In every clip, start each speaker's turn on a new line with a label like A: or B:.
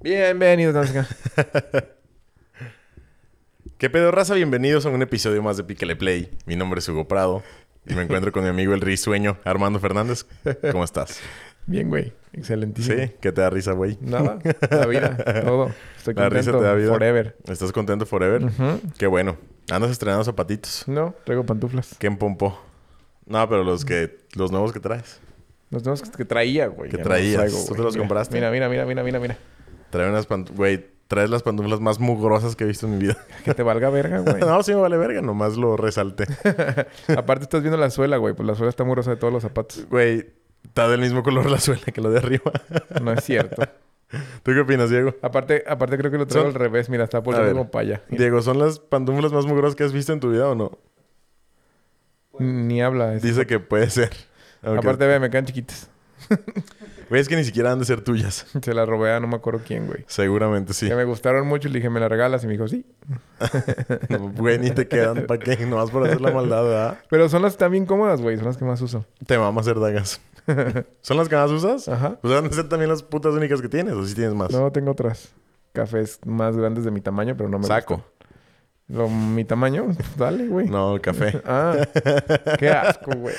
A: Bienvenidos. no sé qué.
B: ¿Qué pedo, raza? Bienvenidos a un episodio más de Píquele Play. Mi nombre es Hugo Prado y me encuentro con mi amigo el risueño Armando Fernández. ¿Cómo estás?
A: Bien, güey. Excelentísimo.
B: Sí, que te da risa, güey.
A: Nada. La vida. Todo. Estoy contento.
B: La risa te da vida.
A: Forever.
B: ¿Estás contento forever?
A: Ujú.
B: Qué bueno. Andas estrenando zapatitos.
A: No, traigo pantuflas.
B: Qué empompo. No, pero los que los nuevos que traes.
A: Los tenemos que, que traía, güey.
B: Que
A: ya no
B: traías.
A: traigo,
B: ¿Tú
A: güey.
B: te los
A: Mira,
B: compraste?
A: Mira, mira, mira, mira, mira, mira.
B: Trae unas pantu- güey, traes las pantuflas más mugrosas que he visto en mi vida.
A: Que te valga verga, güey.
B: no, sí me vale verga, nomás lo resalté.
A: Aparte estás viendo la suela, güey. Pues la suela está muy rosa de todos los zapatos.
B: Güey, está del mismo color la suela que la de arriba.
A: No es cierto.
B: ¿Tú qué opinas, Diego?
A: Aparte, aparte creo que lo traigo
B: Son-
A: al revés. Mira, está volteando
B: ver.
A: como para allá.
B: Diego, ¿son las pantuflas más mugrosas que has visto en tu vida o no?
A: Ni habla. es-
B: Dice que puede ser. Aunque-
A: Aparte, ve, me quedan chiquitas.
B: Güey, es que ni siquiera han de ser tuyas.
A: Se las robé a no me acuerdo quién, güey.
B: Seguramente sí.
A: Que me gustaron mucho y le dije, ¿me la regalas? Y me dijo, sí.
B: No, Güey, ni te quedan para qué, nomás por hacer la maldad, ¿verdad?
A: Pero son las que están bien cómodas, güey. Son las que más uso.
B: Te vamos a hacer dagas. ¿Son las que más usas?
A: Ajá.
B: Pues han de ser también las putas únicas que tienes, o si tienes más.
A: No, tengo otras. Cafés más grandes de mi tamaño, pero no me
B: Saco.
A: gustan. Lo, mi tamaño, dale, güey.
B: No, el café.
A: Ah, qué asco, güey.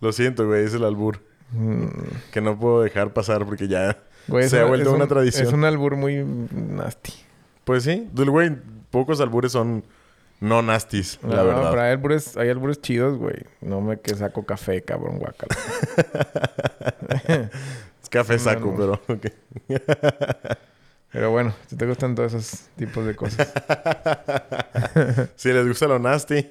B: Lo siento, güey, es el albur.
A: Mm,
B: Que no puedo dejar pasar porque ya.
A: güey,
B: Se
A: es
B: ha
A: un-
B: vuelto
A: es
B: una
A: un-
B: tradición.
A: Es un albur muy nasty.
B: Pues sí, del güey, pocos albures son no nasties, la
A: No,
B: verdad.
A: pero hay albures, hay albures chidos, güey. No me que saco café, cabrón, guacala.
B: Es café saco,
A: no.
B: pero. ok.
A: Pero bueno, si te gustan todos esos tipos de cosas,
B: Si les gusta lo nasty,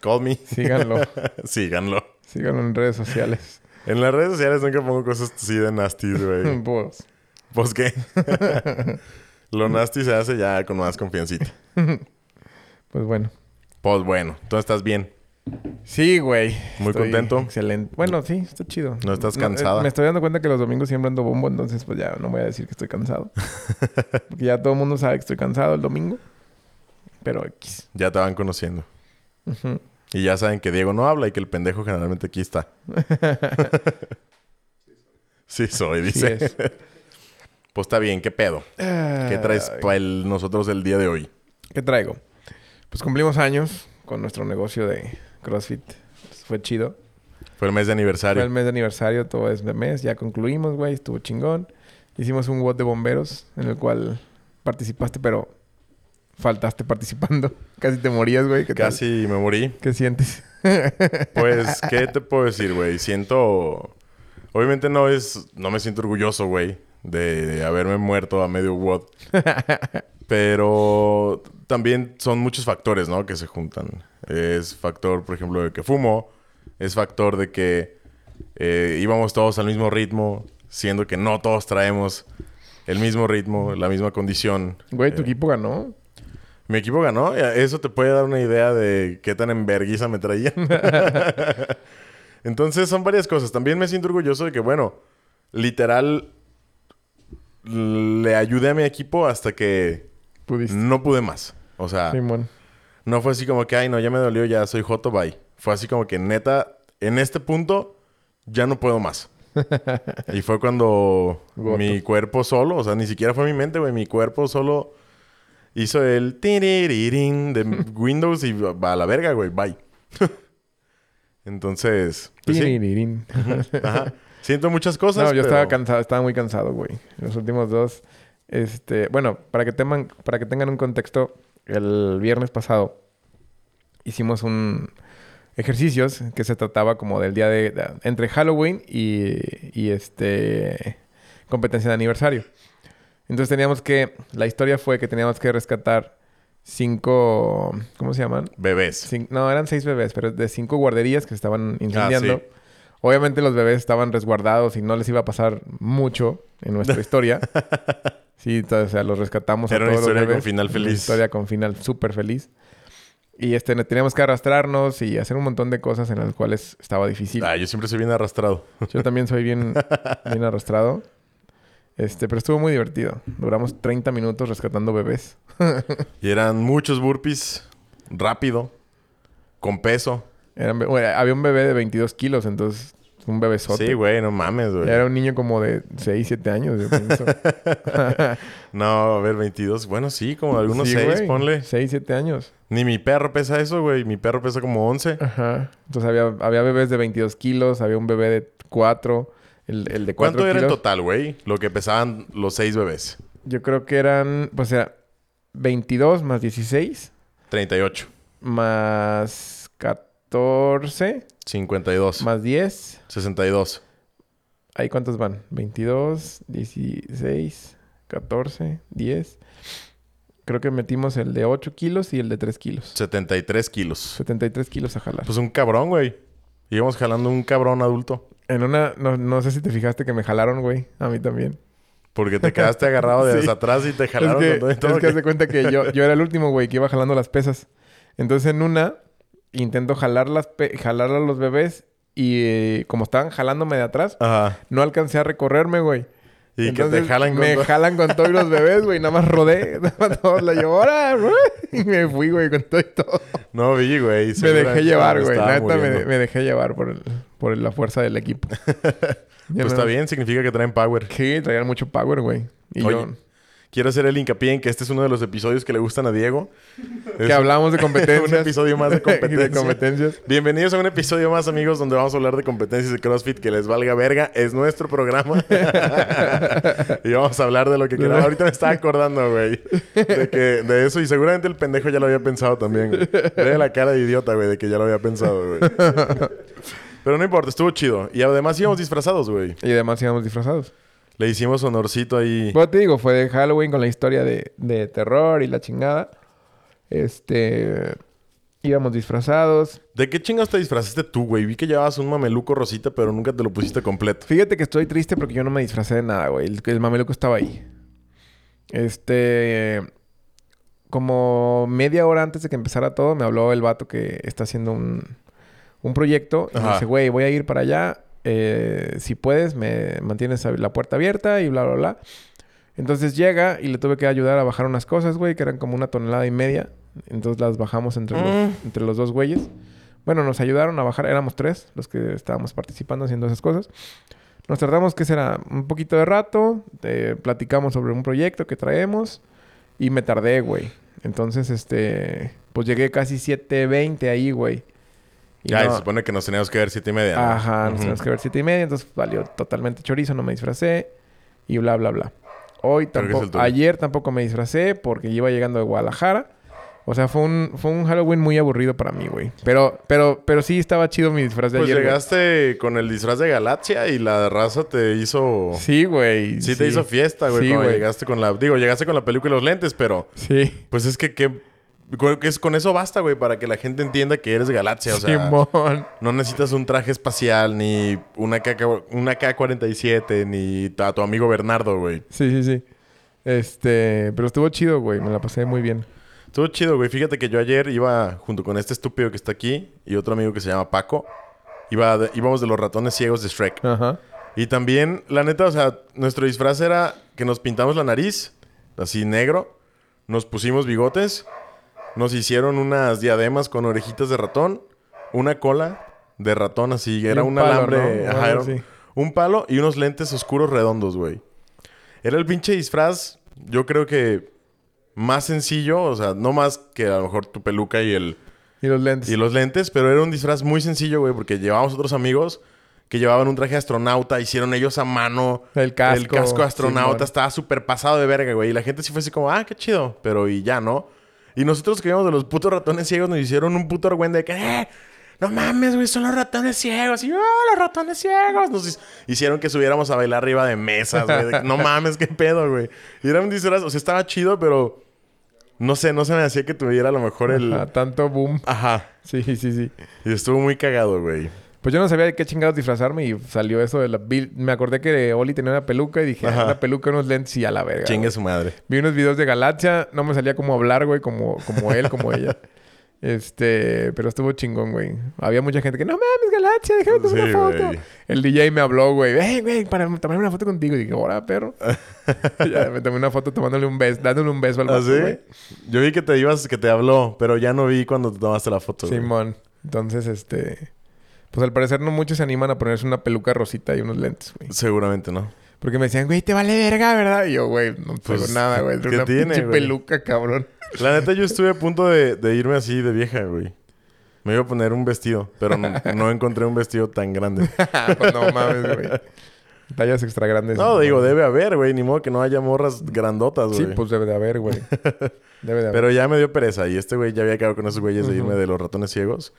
B: call me.
A: síganlo.
B: Síganlo.
A: síganlo en redes sociales.
B: En las redes sociales nunca pongo cosas así de nasties, güey.
A: Pues,
B: pues qué. lo nasty se hace ya con más confiancita.
A: pues bueno.
B: Pues bueno, tú estás bien.
A: Sí, güey.
B: Muy
A: Estoy
B: contento.
A: Excelente. Bueno, sí, está chido.
B: No estás
A: eh,
B: cansada.
A: me estoy dando cuenta que los domingos siempre ando bombo, entonces pues ya no voy a decir que estoy cansado. Porque ya todo el mundo sabe que estoy cansado el domingo. Pero X.
B: Ya te van conociendo.
A: Ujú.
B: Y ya saben que Diego no habla y que el pendejo generalmente aquí está. sí, soy,
A: Sí
B: dice.
A: es.
B: Pues está bien, ¿qué pedo? ¿Qué traes
A: Ay,
B: para nosotros el día de hoy?
A: ¿Qué traigo? Pues cumplimos años con nuestro negocio de CrossFit. Pues, fue chido.
B: Fue el mes de
A: Fue
B: aniversario.
A: el mes de aniversario, todo este mes. Ya concluimos, güey. Estuvo chingón. Hicimos un WOT de bomberos en el cual participaste, pero faltaste participando. Casi te morías, güey. ¿Qué tal?
B: Casi me morí.
A: ¿Qué sientes?
B: Pues, ¿qué te puedo decir, güey? Siento... Obviamente no es... No me siento orgulloso, güey. De haberme muerto a medio WOD. Pero también son muchos factores, ¿no? Que se juntan. Es factor, por ejemplo, de que fumo. Es factor de que eh, íbamos todos al mismo ritmo. Siendo que no todos traemos el mismo ritmo, la misma condición.
A: Güey, tu
B: Eh,
A: equipo ganó.
B: Mi equipo ganó. Eso te puede dar una idea de qué tan enverguiza me traían. Entonces, son varias cosas. También me siento orgulloso de que, bueno, literal le ayudé a mi equipo hasta que
A: Pudiste.
B: no pude más. O sea,
A: Simón.
B: no fue así como que, ay, no, ya me dolió, ya soy Joto, bye. Fue así como que, neta, en este punto ya no puedo más. y fue cuando
A: Goto.
B: mi cuerpo solo, o sea, ni siquiera fue mi mente, güey, mi cuerpo solo hizo el tiriririn de Windows y va a la verga, güey, bye. Entonces, pues sí,
A: Tiririrín.
B: ajá. siento muchas cosas.
A: no, yo
B: pero-
A: estaba cansado, estaba muy cansado, güey. Los últimos dos, este, bueno, para que tengan, para que tengan un contexto, el viernes pasado hicimos un ejercicios que se trataba como del día de, de- entre Halloween y, y este competencia de aniversario. Entonces teníamos que, la historia fue que teníamos que rescatar cinco, ¿cómo se llaman?
B: Bebés.
A: Cin- no, eran seis bebés, pero de cinco guarderías que se estaban incendiando.
B: Ah, sí.
A: Obviamente los bebés estaban resguardados y no les iba a pasar mucho en nuestra historia. sí, t- o sea, los rescatamos
B: Era
A: a
B: una
A: todos
B: historia
A: los
B: con
A: bebés.
B: final
A: Una
B: feliz.
A: historia con final súper feliz. Y este, no- teníamos que arrastrarnos y hacer un montón de cosas en las cuales estaba difícil.
B: Ah, yo siempre soy bien arrastrado.
A: Yo también soy bien, bien arrastrado. Este, pero estuvo muy divertido. Duramos 30 minutos rescatando bebés.
B: Y eran muchos burpees, rápido, con peso.
A: Eran be- bueno, había un bebé de 22 kilos, entonces un bebesote.
B: Sí, güey, no mames, güey.
A: Ya era un niño como de 6, 7 años, yo pienso.
B: No, a ver, 22. Bueno, sí, como algunos
A: Sí,
B: 6,
A: güey.
B: ponle.
A: 6, 7 años.
B: Ni mi perro pesa eso, güey. Mi perro pesa como 11.
A: Ajá. Entonces había, había bebés de 22 kilos, había un bebé de 4. El, el de 4
B: ¿Cuánto era el
A: kilos,
B: total, güey? Lo que pesaban los 6 bebés.
A: Yo creo que eran, pues era 22 más 16
B: 38.
A: más 14
B: 52.
A: más 10.
B: 62.
A: ¿Ahí cuántos van? 22, 16, 14, 10. Creo que metimos el de 8 kilos y el de 3 kilos.
B: 73 kilos.
A: 73 kilos a jalar.
B: Pues un cabrón, güey. Íbamos jalando un cabrón adulto.
A: En una, no, no sé si te fijaste que me jalaron, güey. A mí también.
B: Porque te quedaste agarrado de
A: Sí.
B: atrás y te jalaron
A: es que,
B: con todo y todo
A: es que
B: que-
A: haz de cuenta que yo, yo era el último, güey, que iba jalando las pesas. Entonces en una intento jalar, las pe- jalar a los bebés y eh, como estaban jalándome de atrás,
B: Ajá.
A: no alcancé a recorrerme, güey.
B: Y que te
A: Entonces,
B: jalan con
A: Me
B: todo.
A: jalan con todo y los bebés, güey. Nada más rodé. Nada más todos la llevo. ¡Ahora! güey", Y me fui, güey, con todo y todo.
B: No vi, güey.
A: Me
B: seguramente
A: dejé llevar,
B: me
A: güey.
B: estaba
A: La neta, me,
B: muriendo.
A: me dejé llevar por, el- por el- la fuerza del equipo.
B: Pues está bien, significa que traen power.
A: Que traían mucho power, güey. Y
B: Oye,
A: yo...
B: Quiero hacer el hincapié en que este es uno de los episodios que le gustan a Diego. Es
A: Que hablamos de competencias.
B: un episodio más de competencias.
A: competencias.
B: Bienvenidos a un episodio más, amigos, donde vamos a hablar de competencias de CrossFit que les valga verga. Es nuestro programa. y vamos a hablar de lo que queramos. Ahorita me estaba acordando, güey, de, que- de eso. Y seguramente el pendejo ya lo había pensado también, güey. Ve la cara de idiota, güey, de que ya lo había pensado, güey. Pero no importa, estuvo chido. Y además íbamos disfrazados, güey.
A: Y además íbamos disfrazados.
B: Le hicimos honorcito ahí.
A: Bueno, te digo, fue de Halloween con la historia de, de terror y la chingada. Este... Íbamos disfrazados.
B: ¿De qué chingas te disfrazaste tú, güey? Vi que llevabas un mameluco rosita, pero nunca te lo pusiste completo.
A: Fíjate que estoy triste porque yo no me disfracé de nada, güey. El, el mameluco estaba ahí. Este... Como media hora antes de que empezara todo, me habló el vato que está haciendo un, un proyecto. Y me
B: Ajá.
A: dice, güey, voy a ir para allá. Eh, si puedes, me mantienes ab- la puerta abierta y bla, bla, bla. Entonces llega y le tuve que ayudar a bajar unas cosas, güey, que eran como una tonelada y media. Entonces las bajamos entre, los, entre los dos güeyes. Bueno, nos ayudaron a bajar, éramos tres los que estábamos participando haciendo esas cosas. Nos tardamos, ¿qué será? Un poquito de rato, eh, platicamos sobre un proyecto que traemos y me tardé, güey. Entonces, este, pues llegué casi 7.20 ahí, güey. Y
B: Ya, y
A: no-
B: se supone que nos teníamos que ver siete y media. ¿no?
A: Ajá, nos
B: Ujú.
A: tenemos que ver siete y media, entonces valió totalmente chorizo, no me disfracé y bla, bla, bla. Hoy
B: Creo que es el
A: tampoco,
B: tuyo.
A: ayer tampoco me disfracé porque iba llegando de Guadalajara. O sea, fue un, fue un Halloween muy aburrido para mí, güey. Pero, pero, pero sí estaba chido mi disfraz de
B: Pues
A: ayer. güey.
B: llegaste con el disfraz de Galaxia y la raza te hizo. Sí,
A: Sí, güey.
B: te hizo fiesta, güey.
A: Sí,
B: cuando
A: güey.
B: llegaste con la. Digo, llegaste con la película y los lentes, pero.
A: Sí.
B: Pues es que. que... con- que es- Con eso basta, güey, para que la gente entienda que eres Galaxia. O sea,
A: Simón.
B: no necesitas un traje espacial, ni una, K, una K-47, ni a tu amigo Bernardo, güey.
A: Sí, sí, sí. Este, pero estuvo chido, güey. Me la pasé muy bien.
B: Estuvo chido, güey. Fíjate que yo ayer iba junto con este estúpido que está aquí y otro amigo que se llama Paco. Iba de- íbamos de los ratones ciegos de Shrek.
A: Ajá.
B: Y también, la neta, o sea, nuestro disfraz era que nos pintamos la nariz, así negro, nos pusimos bigotes, nos hicieron unas diademas con orejitas de ratón, una cola de ratón, así, era
A: un
B: un,
A: palo,
B: alambre,
A: ¿no?
B: ajá,
A: Algo
B: era un-
A: así.
B: un palo y unos lentes oscuros redondos, güey. Era el pinche disfraz, yo creo que más sencillo, o sea, no más que a lo mejor tu peluca y el,
A: Y los lentes.
B: y los lentes, pero era un disfraz muy sencillo, güey, porque llevábamos otros amigos que llevaban un traje de astronauta, hicieron ellos a mano.
A: El casco,
B: El casco de astronauta
A: Simón.
B: estaba súper pasado de verga, güey. Y la gente sí fue así como, ah, qué chido, pero y ya, ¿no? Y nosotros que íbamos de los putos ratones ciegos nos hicieron un puto argüende de que, eh, no mames, güey, son los ratones ciegos. Y, oh, los ratones ciegos. Nos hic- hicieron que subiéramos a bailar arriba de mesas, güey. de que, no mames, qué pedo, güey. Y era un disfraz, o sea, estaba chido, pero no sé, no se me hacía que tuviera a lo mejor el.
A: Ajá, Ah, tanto boom.
B: Ajá.
A: Sí, sí, sí.
B: Y estuvo muy cagado, güey.
A: Pues yo no sabía de qué chingados disfrazarme y salió eso de la... vi- me acordé que Oli tenía una peluca y dije, ah,
B: Ajá.
A: una peluca, unos lentes y a la verga.
B: Chingue su madre.
A: Vi unos videos de Galaxia, no me salía como hablar, güey, como, como él, como ella. Este, pero estuvo chingón, güey. Había mucha gente que, no mames, Galaxia, déjame tomar
B: Sí,
A: una foto.
B: güey.
A: El DJ me habló, güey, hey, güey, para tomarme una foto contigo. Y dije, ahora, perro. ya me tomé una foto tomándole un beso, dándole un beso al
B: ¿Ah,
A: vato,
B: sí?
A: güey.
B: Yo vi que te ibas, que te habló, pero ya no vi cuando te tomaste la foto. güey.
A: Simón. Entonces, este. Pues al parecer no muchos se animan a ponerse una peluca rosita y unos lentes, güey.
B: Seguramente no.
A: Porque me decían, güey, te vale verga, ¿verdad? Y yo, güey, no tengo
B: Pues,
A: nada, güey.
B: ¿qué
A: Una
B: tiene,
A: pinche
B: güey?
A: peluca, cabrón.
B: La neta, yo estuve a punto de, de irme así de vieja, güey. Me iba a poner un vestido, pero no, no encontré un vestido tan grande.
A: Pues no mames, güey. Tallas extra grandes.
B: No, digo, debe haber, güey. Ni modo que no haya morras grandotas, güey.
A: Sí, pues debe de haber, güey. Debe de haber.
B: Pero ya me dio pereza. Y este güey ya había acabado con esos güeyes de irme de los ratones ciegos.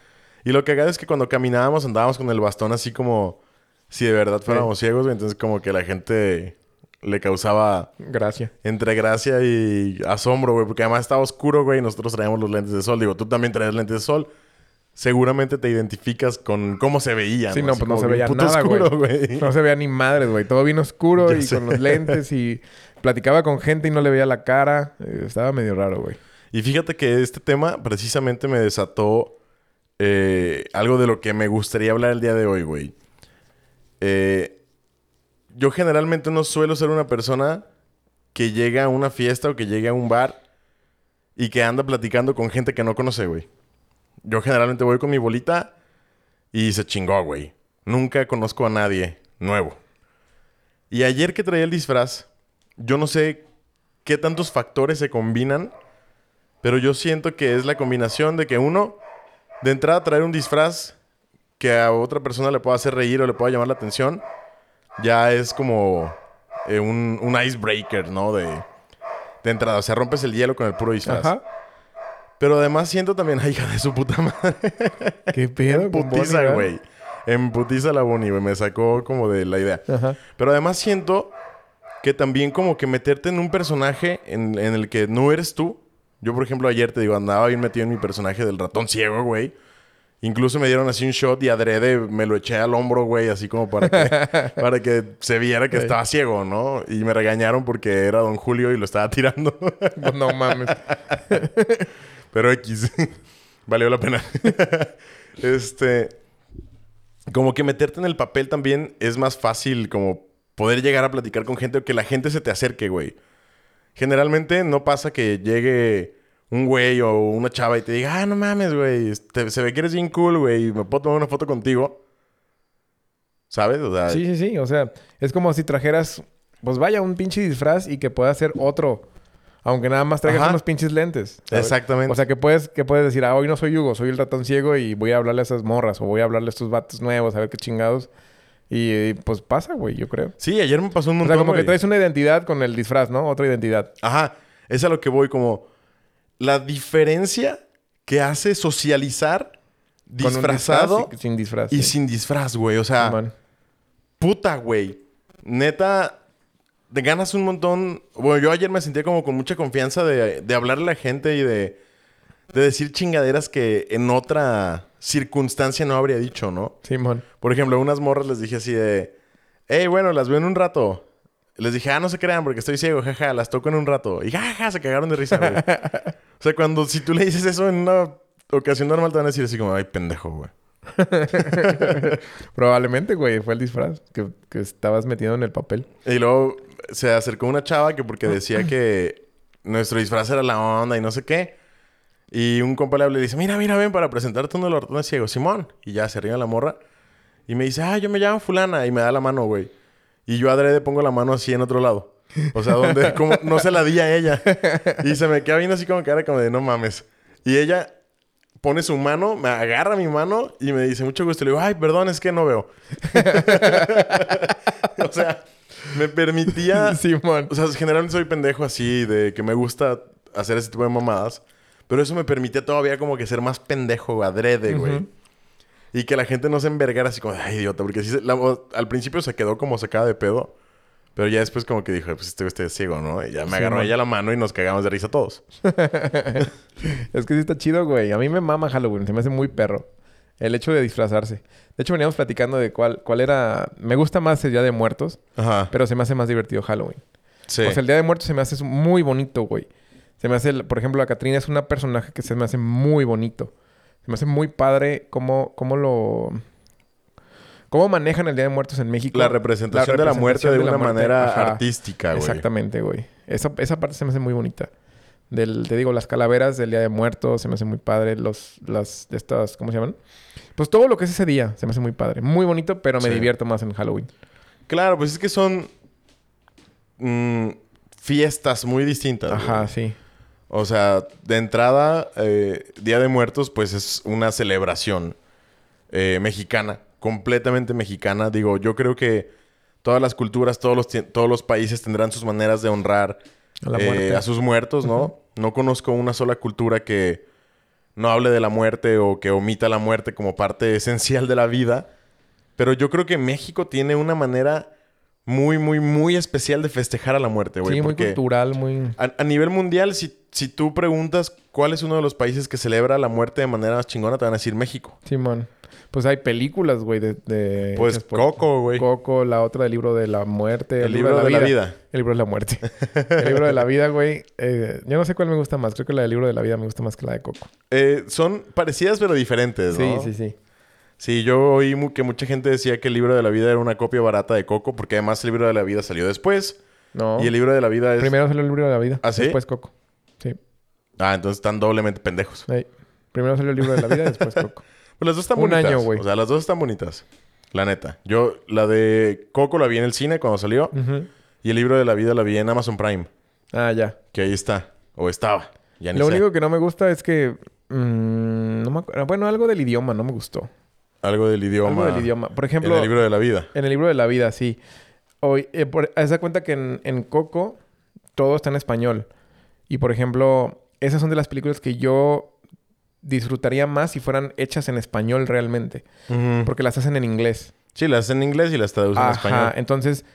B: Y lo que haga es que cuando caminábamos andábamos con el bastón así como... Si de verdad fuéramos ciegos, güey. Entonces como que la gente le causaba
A: Gracias.
B: entre gracia y asombro, güey. Porque además estaba oscuro, güey. Y nosotros traíamos los lentes de sol. Digo, tú también traes lentes de sol. Seguramente te identificas con cómo se veía.
A: Sí, no,
B: Así
A: pues no
B: como
A: se
B: bien
A: veía
B: puto
A: nada, güey.
B: oscuro, güey.
A: No se veía ni madres, güey. Todo vino oscuro
B: Ya
A: y
B: sé.
A: con los lentes y platicaba con gente y no le veía la cara. Eh, Estaba medio raro, güey.
B: Y fíjate que este tema precisamente me desató eh, algo de lo que me gustaría hablar el día de hoy, güey. Eh, yo generalmente no suelo ser una persona que llega a una fiesta o que llega a un bar y que anda platicando con gente que no conoce, güey. Yo generalmente voy con mi bolita y se chingó, güey. Nunca conozco a nadie nuevo. Y ayer que traía el disfraz, yo no sé qué tantos factores se combinan pero yo siento que es la combinación de que uno, de entrada, traer un disfraz que a otra persona le pueda hacer reír o le pueda llamar la atención, ya es como eh, un, un icebreaker, ¿no? De, de entrada. O sea, rompes el hielo con el puro disfraz.
A: Ajá.
B: Pero además siento también, ay, hija de su puta madre.
A: ¿Qué pedo? con
B: Putiza,
A: Bonnie, ¿eh?
B: güey. En putiza la Bonnie, güey. Me sacó como de la idea.
A: Ajá.
B: Pero además siento que también como que meterte en un personaje en, en el que no eres tú. Yo, por ejemplo, ayer te digo, andaba bien metido en mi personaje del ratón ciego, güey. Incluso me dieron así un shot y adrede me lo eché al hombro, güey, así como para que, para que se viera que estaba ciego, ¿no? Y me regañaron porque era don Julio y lo estaba tirando.
A: Pues no mames.
B: Pero X. Valió la pena. este. Como que meterte en el papel también es más fácil, como poder llegar a platicar con gente o que la gente se te acerque, güey. Generalmente no pasa que llegue un güey o una chava y te diga, ah, no mames, güey, este, se ve que eres bien cool, güey, me puedo tomar una foto contigo. ¿Sabes? O sea,
A: Sí, sí, sí. O sea, es como si trajeras, pues vaya, un pinche disfraz y que pueda hacer otro. Aunque nada más traigas
B: Ajá.
A: unos pinches lentes. ¿sabes?
B: exactamente.
A: O sea, que puedes, que puedes decir, ah, hoy no soy Hugo, soy el ratón ciego y voy a hablarle a esas morras o voy a hablarle a estos vatos nuevos, a ver qué chingados. Y, eh, pues pasa, güey, yo creo.
B: sí, ayer me pasó un
A: O
B: montón.
A: sea, como
B: güey.
A: que traes una identidad con el disfraz, ¿no? Otra identidad.
B: Ajá, es a lo que voy, como la diferencia que hace socializar
A: Con un
B: disfrazado
A: disfraz y- sin disfraz.
B: y
A: sí.
B: sin disfraz, güey. O sea,
A: Simón.
B: puta, güey. Neta, te ganas un montón. Bueno, yo ayer me sentía como con mucha confianza de, de hablarle a la gente y de, de decir chingaderas que en otra circunstancia no habría dicho, ¿no?
A: Simón.
B: Por ejemplo, a unas morras les dije así de... Hey, bueno, las veo en un rato. Les dije, ah, no se crean porque estoy ciego, jaja, las toco en un rato. Y jaja, se cagaron de risa, güey. o sea, cuando... Si tú le dices eso en una ocasión normal, te van a decir así como... Ay, pendejo, güey.
A: Probablemente, güey, fue el disfraz que, que estabas metido en el papel.
B: Y luego se acercó una chava que porque decía que... Nuestro disfraz era la onda y no sé qué. Y un compa le habla y le dice... Mira, mira, ven para presentarte uno de los ratones ciegos. Simón. Y ya se ríe la morra. Y me dice... Ah, yo me llamo fulana. Y me da la mano, güey. Y yo adrede pongo la mano así en otro lado. O sea, donde como no se la di a ella. Y se me queda viendo así como cara como de no mames. Y ella pone su mano, me agarra mi mano y me dice mucho gusto. Le digo, ay, perdón, es que no veo. o sea, me permitía...
A: Simón.
B: O sea, generalmente soy pendejo así de que me gusta hacer ese tipo de mamadas. Pero eso me permitía todavía como que ser más pendejo, adrede, güey.
A: Ujú.
B: Y que la gente no se envergara así como, ay, idiota, porque sí se- la- o- al principio se quedó como sacada de pedo, pero ya después como que dijo, pues este güey está ciego, ¿no? Y ya me
A: Sí,
B: agarró
A: man.
B: ella la mano y nos cagamos de risa todos.
A: Es que sí está chido, güey. A mí me mama Halloween. Se me hace muy perro. El hecho de disfrazarse. De hecho, veníamos platicando de cuál, cuál era... Me gusta más el Día de Muertos,
B: Ajá.
A: pero se me hace más divertido Halloween.
B: sí.
A: O sea, el Día de Muertos se me hace muy bonito, güey. Se me hace... el- Por ejemplo, la Catrina es una personaje que se me hace muy bonito. Se me hace muy padre cómo, cómo lo... Cómo manejan el Día de Muertos en México.
B: la representación de la muerte
A: representación
B: de, una
A: la muerte.
B: manera
A: Ajá.
B: artística, güey.
A: Exactamente, güey. Esa, esa parte se me hace muy bonita. Del, te digo, las calaveras del Día de Muertos, se me hace muy padre. Los, las, de estas, ¿cómo se llaman? Pues todo lo que es ese día, se me hace muy padre. Muy bonito, pero me
B: Sí.
A: divierto más en Halloween.
B: Claro, pues es que son mm, fiestas muy distintas.
A: Ajá,
B: güey.
A: sí.
B: O sea, de entrada, eh, Día de Muertos, pues es una celebración eh, mexicana, completamente mexicana. Digo, yo creo que todas las culturas, todos los, tien- todos los países tendrán sus maneras de honrar
A: A la
B: eh,
A: muerte.
B: a sus muertos, ¿no? No conozco una sola cultura que no hable de la muerte o que omita la muerte como parte esencial de la vida. Pero yo creo que México tiene una manera muy, muy, muy especial de festejar a la muerte, güey.
A: sí, muy
B: porque-
A: cultural, muy...
B: a, a nivel mundial, si, si tú preguntas cuál es uno de los países que celebra la muerte de manera más chingona, te van a decir México.
A: Simón. Pues hay películas, güey, de, de-
B: Pues
A: hechas por-
B: Coco, güey.
A: Coco, la otra del libro de la muerte.
B: El libro de la vida.
A: El libro de la muerte. el libro de la vida, güey. Eh, yo no sé cuál me gusta más. Creo que la del libro de la vida me gusta más que la de Coco.
B: Eh, son parecidas pero diferentes, ¿no?
A: Sí, sí, sí.
B: Sí, yo oí mu- que mucha gente decía que el libro de la vida era una copia barata de Coco, porque además el libro de la vida salió después.
A: No.
B: Y el libro de la vida es.
A: Primero salió el libro de la vida.
B: ¿Ah, sí?
A: Después Coco. Sí.
B: Ah, entonces están doblemente pendejos.
A: Ahí. Primero salió el libro de la vida, después Coco.
B: Pues las dos están
A: Un
B: bonitas.
A: año, güey.
B: O sea, las dos están bonitas. La neta. Yo, la de Coco la vi en el cine cuando salió.
A: Ujú.
B: Y el libro de la vida la vi en Amazon Prime.
A: Ah, ya.
B: Que ahí está. O estaba. Ya ni
A: Lo
B: sé.
A: único que no me gusta es que... mm, no me acuerdo. Bueno, algo del idioma no me gustó.
B: Algo del idioma.
A: Algo del idioma. Por ejemplo...
B: en el libro de la vida.
A: En el libro de la vida, sí. Hoy, eh, por- haz de cuenta que en, en Coco todo está en español. Y por ejemplo, esas son de las películas que yo disfrutaría más si fueran hechas en español realmente. Porque las hacen en inglés.
B: Sí, las en inglés y las traducen en
A: Ajá.
B: español.
A: Entonces,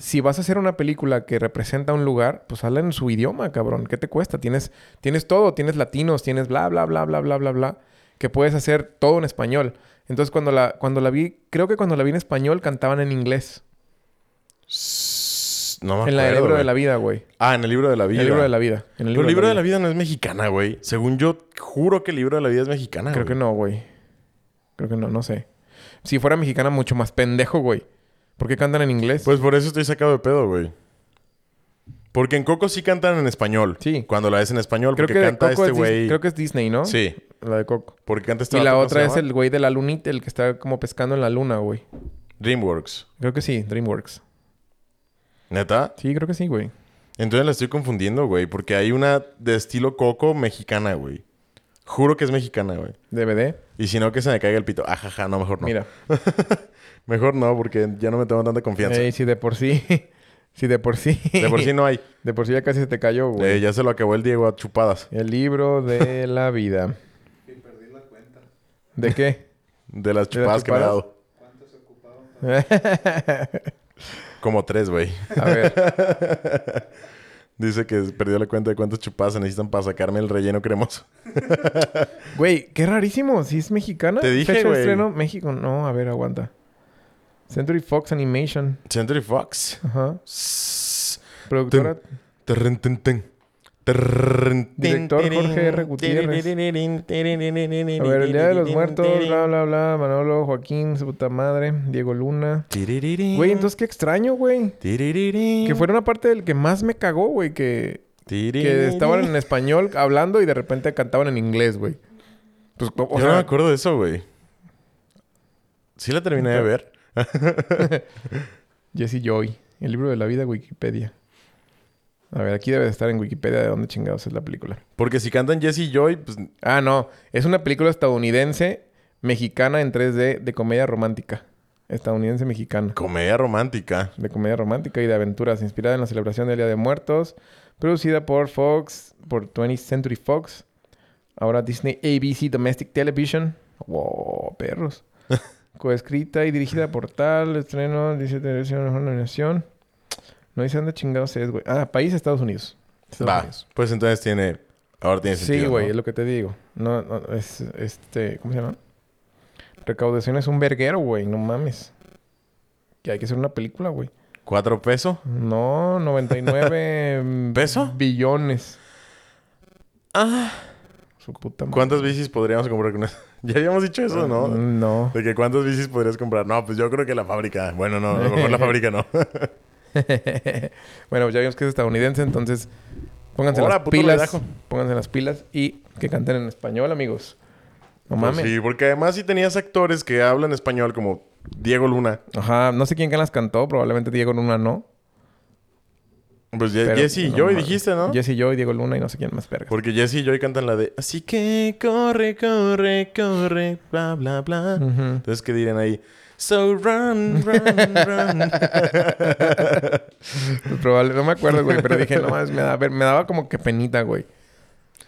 A: si vas a hacer una película que representa un lugar, pues habla en su idioma, cabrón. ¿Qué te cuesta? Tienes, tienes todo, tienes latinos, tienes bla, bla, bla, bla, bla, bla, bla. Que puedes hacer todo en español. Entonces, cuando la, cuando la vi, creo que cuando la vi en español cantaban en inglés.
B: S- No me
A: En
B: acuerdo.
A: la del libro de
B: güey.
A: la vida, güey.
B: Ah, en el libro de la vida.
A: El libro de la vida. En
B: Pero el libro de la vida no es mexicana, güey. Según yo, juro que el libro de la vida Ah, es mexicana.
A: Creo que no, güey. Creo que no, no sé. Si fuera mexicana, mucho más pendejo, güey. ¿Por qué cantan en inglés?
B: Pues por eso estoy sacado de pedo, güey. Porque en Coco sí cantan en español.
A: Sí.
B: Cuando la es en español,
A: creo
B: porque
A: que de
B: canta
A: Coco
B: este
A: es Dis-
B: güey.
A: Creo que es Disney, ¿no?
B: Sí.
A: La de Coco.
B: Porque canta este
A: Y la
B: vato, ¿cómo
A: otra
B: se
A: es
B: llama?
A: el güey de la lunita, el que está como pescando en la luna, güey.
B: Dreamworks.
A: Creo que sí, DreamWorks.
B: ¿Neta?
A: Sí, creo que sí, güey.
B: Entonces la estoy confundiendo, güey. Porque hay una de estilo Coco mexicana, güey. Juro que es mexicana, güey.
A: DVD.
B: Y si no, que se me caiga el pito. Ajaja, no, mejor no.
A: Mira.
B: Mejor no, porque ya no me tengo tanta confianza.
A: Ey, si de por sí. si de por sí.
B: De por sí no hay.
A: De por sí ya casi se te cayó, güey.
B: Eh, ya se lo acabó el Diego a chupadas.
A: El libro de la vida. ¿De qué?
B: De las
A: ¿De las
B: chupadas que me ha
A: chupadas?
B: dado. Como tres, güey.
A: A ver,
B: Dice que perdió la cuenta de cuántas chupadas se necesitan para sacarme el relleno cremoso.
A: güey, qué rarísimo. Si es mexicana.
B: Te dije,
A: Fecha de
B: güey.
A: estreno, México. No, a ver, aguanta. Century Fox Animation.
B: Century Fox.
A: Ajá.
B: Sss.
A: Productora.
B: Terren, ten, ten. Terren, ten,
A: Director
B: terin,
A: Jorge R. Gutiérrez.
B: teririn, teririn,
A: A ver, el Día de los
B: teririn,
A: Muertos.
B: teririn.
A: Bla, bla, bla. Manolo, Joaquín, su puta madre. Diego Luna.
B: Tiriririn.
A: Güey, entonces qué extraño, güey.
B: Tiriririn.
A: Que fuera una parte del que más me cagó, güey. Que, que estaban en español hablando y de repente cantaban en inglés, güey. Pues, o- o
B: Yo no
A: sea,
B: me acuerdo de eso, güey. Sí la terminé de ver.
A: Jesse Joy, el libro de la vida, Wikipedia. A ver, aquí debe de estar en Wikipedia de dónde chingados es la película.
B: Porque si cantan Jesse y Joy, pues
A: Ah, no, es una película estadounidense, mexicana en 3D, de comedia romántica. Estadounidense mexicana.
B: comedia romántica.
A: De comedia romántica y de aventuras, inspirada en la celebración del Día de Muertos, producida por Fox, por 20th Century Fox, ahora Disney ABC Domestic Television. ¡Wow, perros! Coescrita y dirigida por tal, estreno, dice televisión, mejor nominación. No dice dónde chingados es, güey. Ah, país Estados Unidos. Estados
B: Va.
A: Unidos.
B: Pues entonces tiene. Ahora tiene sentido.
A: Sí, güey,
B: ¿no?
A: es lo que te digo. No, no, es este, ¿cómo se llama? Recaudación es un verguero, güey, no mames. Que hay que hacer una película, güey.
B: ¿Cuatro pesos?
A: No, 99
B: ¿Peso?
A: billones.
B: Ah.
A: Su puta madre.
B: ¿Cuántas bicis podríamos comprar con eso? ya habíamos dicho eso,
A: Mm.
B: ¿no?
A: No.
B: De que cuántas bicis podrías comprar. No, pues yo creo que la fábrica. Bueno, no, a lo mejor la fábrica no. Pues
A: bueno, ya vimos que es estadounidense, entonces Pónganse
B: Ahora,
A: las
B: puto
A: pilas.
B: relajo.
A: Pónganse las pilas y que canten en español, amigos. No
B: Pues
A: mames.
B: sí, porque además sí tenías actores que hablan español como Diego Luna.
A: Ajá, no sé quién que las cantó, probablemente Diego Luna no.
B: Pues Ye-
A: pero-
B: Jesse y
A: no
B: Joy
A: mames.
B: dijiste, ¿no?
A: Jesse y yo, Diego Luna y no sé quién más verga.
B: Porque Jesse y Joy cantan la de Así que corre, corre, corre, bla, bla, bla.
A: Ujú.
B: Entonces, ¿qué dirían ahí? So run, run, run.
A: Pues Probable, no me acuerdo, güey, pero dije, no mames, me, da, me daba como que penita, güey.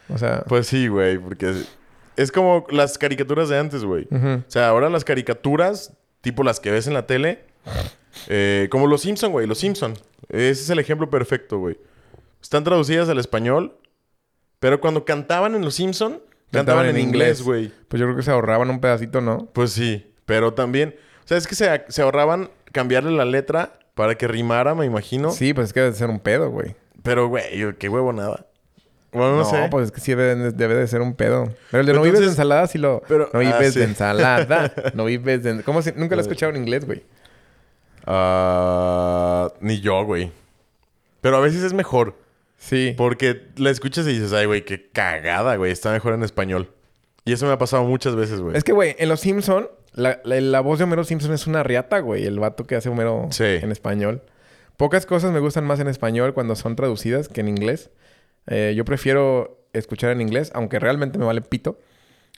A: O sea,
B: pues sí, güey, porque es, es como las caricaturas de antes, güey.
A: ujú.
B: O sea, ahora las caricaturas, tipo las que ves en la tele, eh, como Los Simpson, güey, Los Simpson. Ese es el ejemplo perfecto, güey. Están traducidas al español, pero cuando cantaban en Los Simpson, cantaban, en, inglés, güey.
A: pues yo creo que se ahorraban un pedacito, ¿no?
B: Pues sí, pero también, o sea, es que se, se ahorraban cambiarle la letra para que rimara, me imagino.
A: Sí, pues es que debe de ser un pedo, güey.
B: Pero, güey, qué huevo nada. Bueno, no,
A: No,
B: sé.
A: pues es que sí debe, de- debe de ser un pedo. Pero el de no
B: Entonces-
A: vives de ensalada sí lo...
B: Pero-
A: no
B: ah,
A: vives
B: sí. Pues,
A: de ensalada. No vives de... ¿Cómo se- Nunca lo he escuchado en inglés, güey.
B: Ah, ni yo, güey. Pero a veces es mejor.
A: Sí.
B: Porque la escuchas y dices, ay, güey, qué cagada, güey. Está mejor en español. Y eso me ha pasado muchas veces, güey.
A: Es que, güey, en Los Simpson la, la- la voz de Homero Simpson es una riata, güey. El vato que hace Homero
B: Sí.
A: en español. Pocas cosas me gustan más en español cuando son traducidas que en inglés. Eh, yo prefiero escuchar en inglés, aunque realmente me vale pito.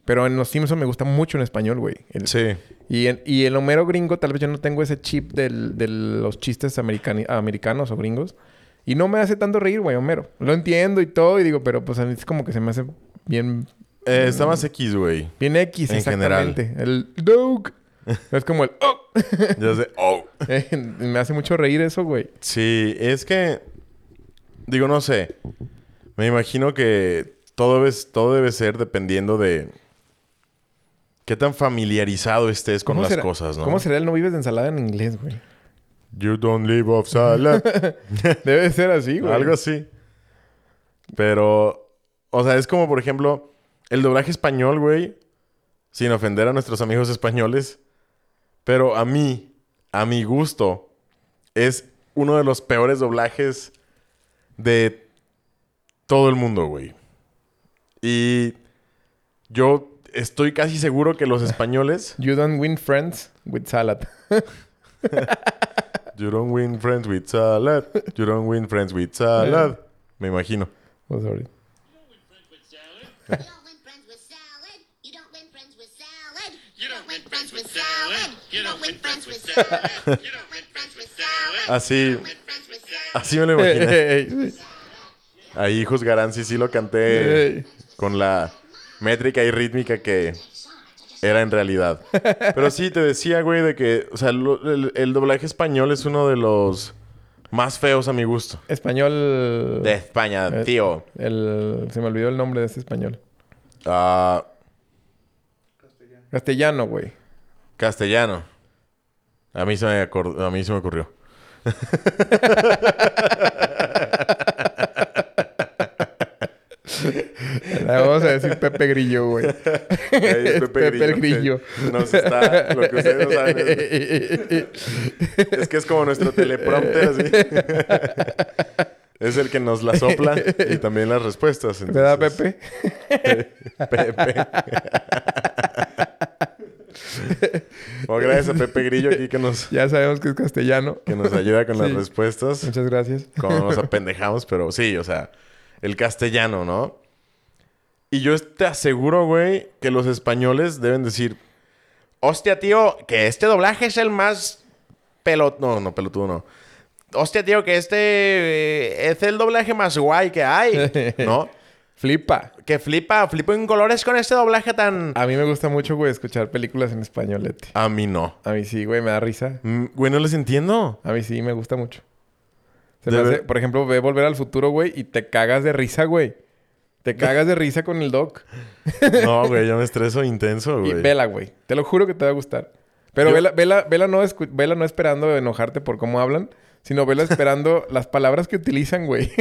A: Pero en Los Simpson me gusta mucho en español, güey. El-
B: Sí. Eh,
A: Y, en, y el Homero gringo, tal vez yo no tengo ese chip del- de los chistes americani- americanos o gringos. Y no me hace tanto reír, güey, Homero. Lo entiendo y todo, y digo, pero pues a mí es como que se me hace bien
B: Eh, está más X, güey.
A: Bien X,
B: En
A: exactamente. El dog. Es como el oh.
B: Ya sé. Oh.
A: Eh, Me hace mucho reír eso, güey.
B: Sí, es que. Digo, no sé. Me imagino que todo, es, todo debe ser dependiendo de. Qué tan familiarizado estés con
A: ¿Cómo
B: las
A: será-
B: cosas, ¿no?
A: ¿Cómo será el no vives de ensalada en inglés, güey?
B: You don't live off salad.
A: Debe de ser así, güey.
B: Algo así. Pero, o sea, es como, por ejemplo, el doblaje español, güey, sin ofender a nuestros amigos españoles, pero a mí, a mi gusto, es uno de los peores doblajes de todo el mundo, güey. Y yo estoy casi seguro que los españoles...
A: You don't win friends with salad.
B: You don't win friends with salad. You don't win friends with salad. Me imagino.
A: Oh, sorry.
C: You don't win friends with salad. You don't win friends with salad. You don't win friends with salad. You don't win friends with salad. You don't win friends with salad.
B: Así,
C: Win friends with salad.
B: así me lo
A: Ey,
B: imaginé.
A: ey, ey.
B: Ahí juzgarán si sí lo canté
A: Ey.
B: con la métrica y rítmica que era en realidad. Pero sí, te decía, güey, de que, o sea, lo- el, el doblaje español es uno de los más feos a mi gusto.
A: Español.
B: De España,
A: Eh.
B: tío.
A: El... Se me olvidó el nombre de ese español.
B: Ah,
A: Castellano, güey.
B: castellano. A mí, se me acor- a mí se me ocurrió.
A: Le Vamos a decir Pepe Grillo, güey.
B: Es
A: Pepe el Grillo.
B: que Nos está, lo que ustedes no saben es, es que es como nuestro teleprompter, así. Es el que nos la sopla y también las respuestas.
A: ¿Verdad,
B: entonces.
A: Pepe?
B: Pepe. Bueno, gracias a Pepe Grillo aquí que nos,
A: Ya sabemos que es castellano.
B: que nos ayuda con las
A: Sí.
B: respuestas.
A: Muchas gracias.
B: Como nos apendejamos, pero sí, o sea, el castellano, ¿no? Y yo te aseguro, güey, que los españoles deben decir, hostia, tío, que este doblaje es el más pelot... No, no, pelotudo no. Hostia, tío, que este eh, es el doblaje más guay que hay, ¿no?
A: Flipa.
B: Que flipa, flipo en colores con este doblaje tan...
A: A mí me gusta mucho, güey, escuchar películas en españolete.
B: A mí no.
A: A mí sí, güey, me da risa.
B: Mm, Güey, no les entiendo.
A: A mí sí, me gusta mucho. Se me
B: De
A: hace-
B: ver-
A: por ejemplo, ve Volver al Futuro, güey, y te cagas de risa, güey. Te cagas de risa con el doc.
B: No, güey, yo me estreso intenso,
A: Y
B: güey.
A: vela, güey. Te lo juro que te va a gustar. Pero
B: Yo-
A: vela, vela, vela, no escu- vela no esperando enojarte por cómo hablan, sino vela esperando las palabras que utilizan, güey.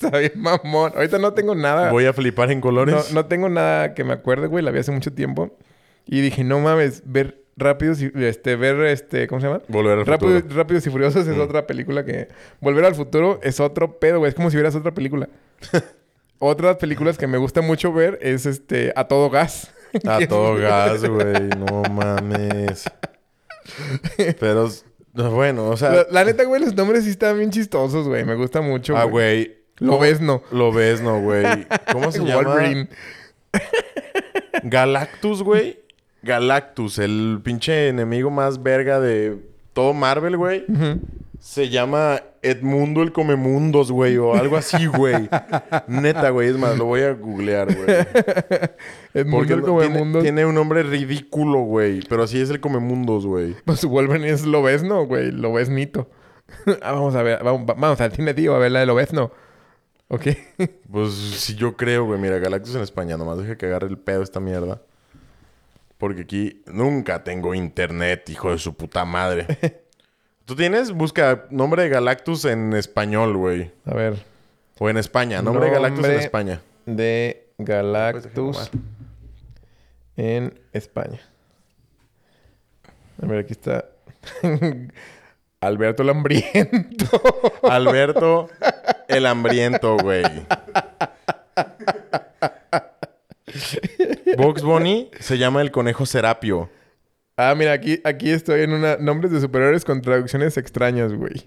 A: Está bien, mamón. Ahorita no tengo nada.
B: Voy a flipar en
A: No,
B: colores.
A: no tengo nada que me acuerde, güey. La vi hace mucho tiempo. Y dije, no mames, ver Rápidos y este, ver este, ¿cómo se llama?
B: Volver al
A: Rápido-
B: futuro. Mm.
A: Rápidos y Furiosos es otra película que Volver al futuro es otro pedo, güey, es como si vieras otra película. Otras películas que me gusta mucho ver es este A todo gas.
B: A todo gas, güey. No mames. Pero, bueno, o sea...
A: La, la neta, güey, los nombres sí están bien chistosos, güey. Me gusta mucho.
B: ah, güey.
A: Lo
B: ¿Cómo-
A: ves, no.
B: Lo ves, no, güey. ¿Cómo se llama?
A: Wolverine.
B: Galactus, güey. Galactus, el pinche enemigo más verga de todo Marvel, güey.
A: Ujú.
B: Se llama Edmundo el Comemundos, güey, o algo así, güey. Neta, güey. Es más, lo voy a googlear, güey. Porque
A: Edmundo el
B: no-
A: como
B: tiene,
A: mundo.
B: tiene un nombre ridículo, güey. Pero así es el Comemundos, güey.
A: Pues Wolverine es Lobezno, güey. Lobesnito. ah, vamos a ver. Vamos, va- vamos al cine, tío, a ver la de Lobezno. ¿Ok?
B: Pues sí, yo creo, güey. Mira, Galactus en España. Nomás deja que agarre el pedo esta mierda. Porque aquí nunca tengo internet, hijo de su puta madre. Tú tienes, busca nombre de Galactus en español, güey.
A: a ver.
B: O en España. Nombre de Galactus en
A: Nombre-
B: España.
A: De
B: Pues,
A: Galactus en España. A ver, aquí está. Alberto Lambriento.
B: Alberto el Hambriento, güey. Box Bunny se llama el conejo Serapio.
A: Ah, mira, aquí, aquí estoy en una. Nombres de superiores con traducciones extrañas, güey.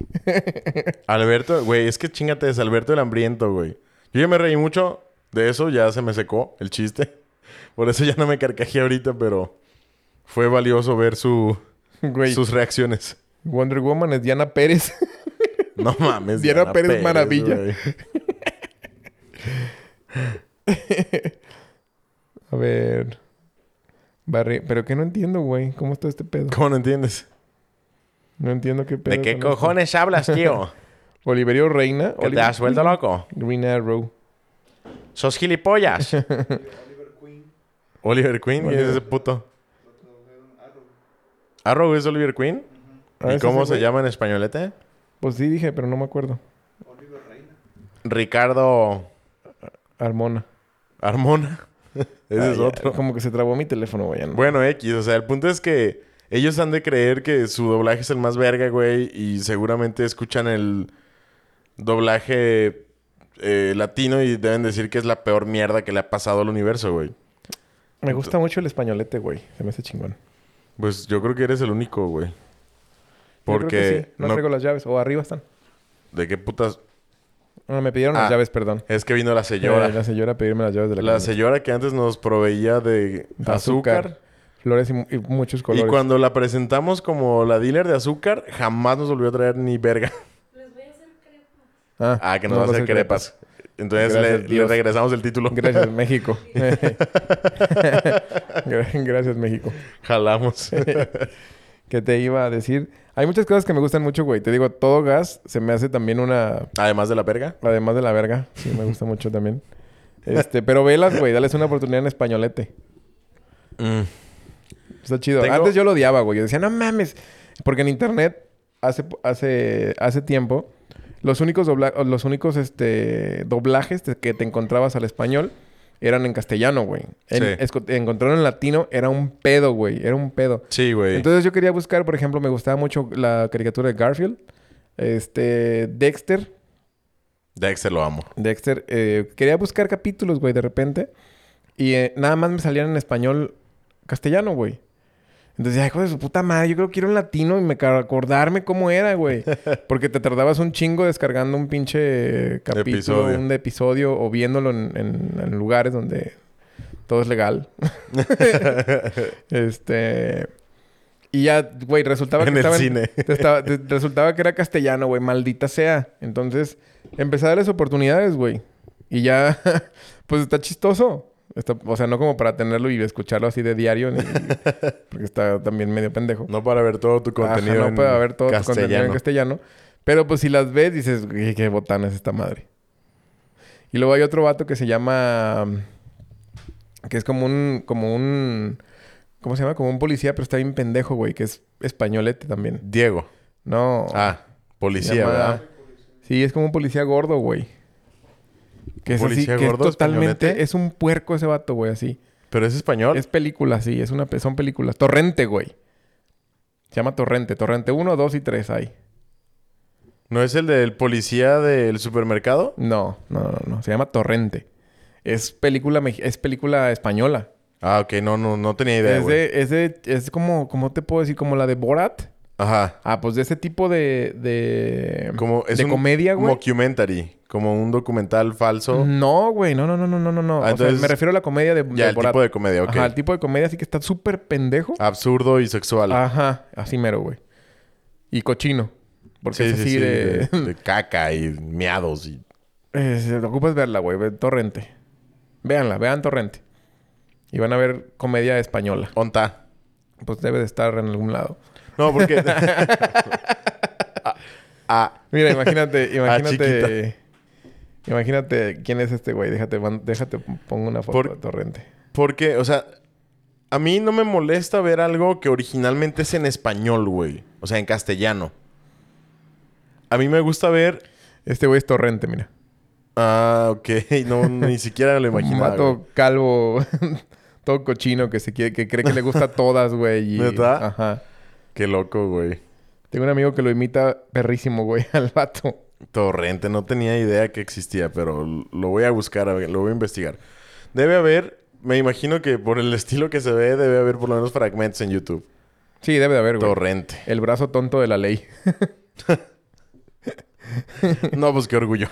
B: Alberto, güey, es que chingate es Alberto el hambriento, güey. Yo ya me reí mucho de eso, ya se me secó el chiste. Por eso ya no me carcajé ahorita, pero fue valioso ver su,
A: Güey.
B: sus reacciones.
A: Wonder Woman es Diana Pérez.
B: No mames.
A: Diana Pérez Maravilla.
B: güey.
A: a ver. Barry. Pero que no entiendo, güey. ¿Cómo está este pedo?
B: ¿Cómo no entiendes?
A: No entiendo qué pedo.
B: ¿De qué
A: con esto.
B: cojones hablas, tío?
A: Oliverio Reina.
B: ¿Que te
A: Oliver-
B: has vuelto loco?
A: Green Arrow.
B: ¿Sos gilipollas? Oliver Queen. ¿Quién es ese puto? Arrow es Oliver Queen.
A: Ah,
B: ¿Y
A: ese
B: cómo
A: sí,
B: se
A: güey.
B: llama en españolete?
A: Pues sí dije, pero no me acuerdo.
B: Ricardo
A: Armona.
B: Armona. Ese
A: Ah,
B: es
A: ya,
B: otro.
A: Como que se trabó mi teléfono, güey. ya no.
B: Bueno, X, o sea, el punto es que ellos han de creer que su doblaje es el más verga, güey, y seguramente escuchan el doblaje eh, latino y deben decir que es la peor mierda que le ha pasado al universo, güey.
A: Me gusta mucho el españolete, güey. Se me hace chingón.
B: Pues yo creo que eres el único, güey.
A: Yo creo que
B: Porque
A: sí. No,
B: no-
A: traigo las llaves. O arriba están.
B: de qué putas
A: Ah, me pidieron las
B: Ah.
A: llaves, perdón.
B: es que vino la señora,
A: Eh, la señora a pedirme las llaves de la
B: la
A: camioneta.
B: señora que antes nos proveía de
A: De
B: azúcar.
A: Flores y, mu- y muchos colores.
B: Y cuando la presentamos como la dealer de azúcar, jamás nos volvió a traer ni verga.
D: Les voy a hacer crepas.
B: Ah, que nos
A: pues
B: va a hacer crepas. Entonces
A: Gracias,
B: le, le
A: Dios.
B: regresamos el título.
A: Gracias, México. Gra- Gracias, México.
B: Jalamos.
A: ¿Qué te iba a decir? Hay muchas cosas que me gustan mucho, güey. Te digo, todo gas se me hace también una...
B: Además de la verga.
A: Además de la verga. Sí, me gusta mucho también. Este, pero velas, güey. Dales una oportunidad en españolete.
B: Mm,
A: Está chido.
B: Tengo-
A: Antes yo lo odiaba, güey. Yo decía, no mames. Porque en internet, hace, po- hace, hace tiempo, los únicos, dobla- los únicos este, doblajes te- que te encontrabas al español eran en castellano, güey. En-
B: Sí.
A: esco- Encontrarlo en latino era un pedo, güey. Era un pedo.
B: Sí, güey.
A: Entonces yo quería buscar, por ejemplo, me gustaba mucho la caricatura de Garfield. Este, Dexter.
B: Dexter lo amo.
A: Dexter, eh, quería buscar capítulos, güey, de repente. Y eh, nada más me salían en español castellano, güey. Entonces, ay, hijo de su puta madre, yo creo que quiero un latino y me ca- acordarme cómo era, güey. Porque te tardabas un chingo descargando un pinche capítulo,
B: Episodio.
A: un episodio o viéndolo en, en- en lugares donde todo es legal. este. Y ya, güey, resultaba
B: En
A: que
B: el
A: estaba
B: cine.
A: te estaba- te- resultaba que era castellano, güey, maldita sea. Entonces, empecé a darles oportunidades, güey. Y ya, pues está chistoso. Está- o sea, no como para tenerlo y escucharlo así de diario, ni- porque está también medio pendejo.
B: No para ver todo tu
A: Ajá,
B: contenido.
A: no
B: en
A: puede haber todo tu contenido en
B: castellano.
A: castellano. Pero pues si las ves, dices, "Güey, qué botana es esta madre. Y luego hay otro vato que se llama. mm, que es como un. como un. ¿Cómo se llama? Como un policía, pero está bien pendejo, güey, que es españolete también.
B: Diego.
A: No.
B: Ah,
A: Se
B: policía,
A: llama-
B: ¿verdad?
A: Sí, es como un policía gordo, güey. Que es así,
B: policía
A: que es
B: gordo
A: totalmente...
B: españolete?
A: Es un puerco ese vato, güey, así.
B: Pero es español.
A: Es película, sí. Es una, pe- son películas. Torrente, güey. Se llama Torrente. Torrente 1, 2 y 3 hay.
B: ¿No es el del policía del supermercado?
A: No, no, no, no. Se llama Torrente. Es película, mex- es película española.
B: Ah, ok, no, no, no tenía idea.
A: es,
B: güey.
A: de, es de- es como, ¿cómo te puedo decir? Como la de Borat.
B: Ajá.
A: Ah, pues de ese tipo de. de
B: Como es
A: de
B: un
A: comedia, güey.
B: Mockumentary, como un documental falso.
A: No, güey, no, no, no, no, no, no. no.
B: Ah,
A: O sea,
B: entonces-
A: me refiero a la comedia de, de
B: Ya, el
A: Borat.
B: tipo de comedia, ok. Ah,
A: Ajá, el tipo de comedia así que está súper pendejo.
B: Absurdo y sexual.
A: Ajá, así mero, güey. Y cochino. Porque
B: Sí,
A: es
B: sí,
A: así
B: sí,
A: de...
B: de- de caca y miados y
A: Es- ocupas verla, güey. ve Torrente. Véanla, vean Torrente. Y van a ver comedia española.
B: onta.
A: Pues debe de estar en algún lado.
B: No, porque. Ah, ah,
A: Mira, imagínate, imagínate...
B: chiquita.
A: imagínate quién es este güey. Déjate, man- déjate, pongo una foto
B: Por-
A: de Torrente.
B: porque, o sea, a mí no me molesta ver algo que originalmente es en español, güey. O sea, en castellano. A mí me gusta ver.
A: Este güey es Torrente, mira.
B: Ah, ok. No, ni siquiera lo imaginaba. güey.
A: Mato calvo, todo cochino que se quiere, que cree que le gusta a todas, güey. y-
B: ¿Neta?
A: Ajá.
B: Qué loco, güey.
A: Tengo un amigo que lo imita perrísimo, güey, al vato.
B: Torrente, no tenía idea que existía, pero lo voy a buscar, a ver, lo voy a investigar. Debe haber, me imagino que por el estilo que se ve, debe haber por lo menos fragmentos en YouTube.
A: Sí, debe de haber, güey.
B: Torrente.
A: El brazo tonto de la ley.
B: No, pues qué orgullo.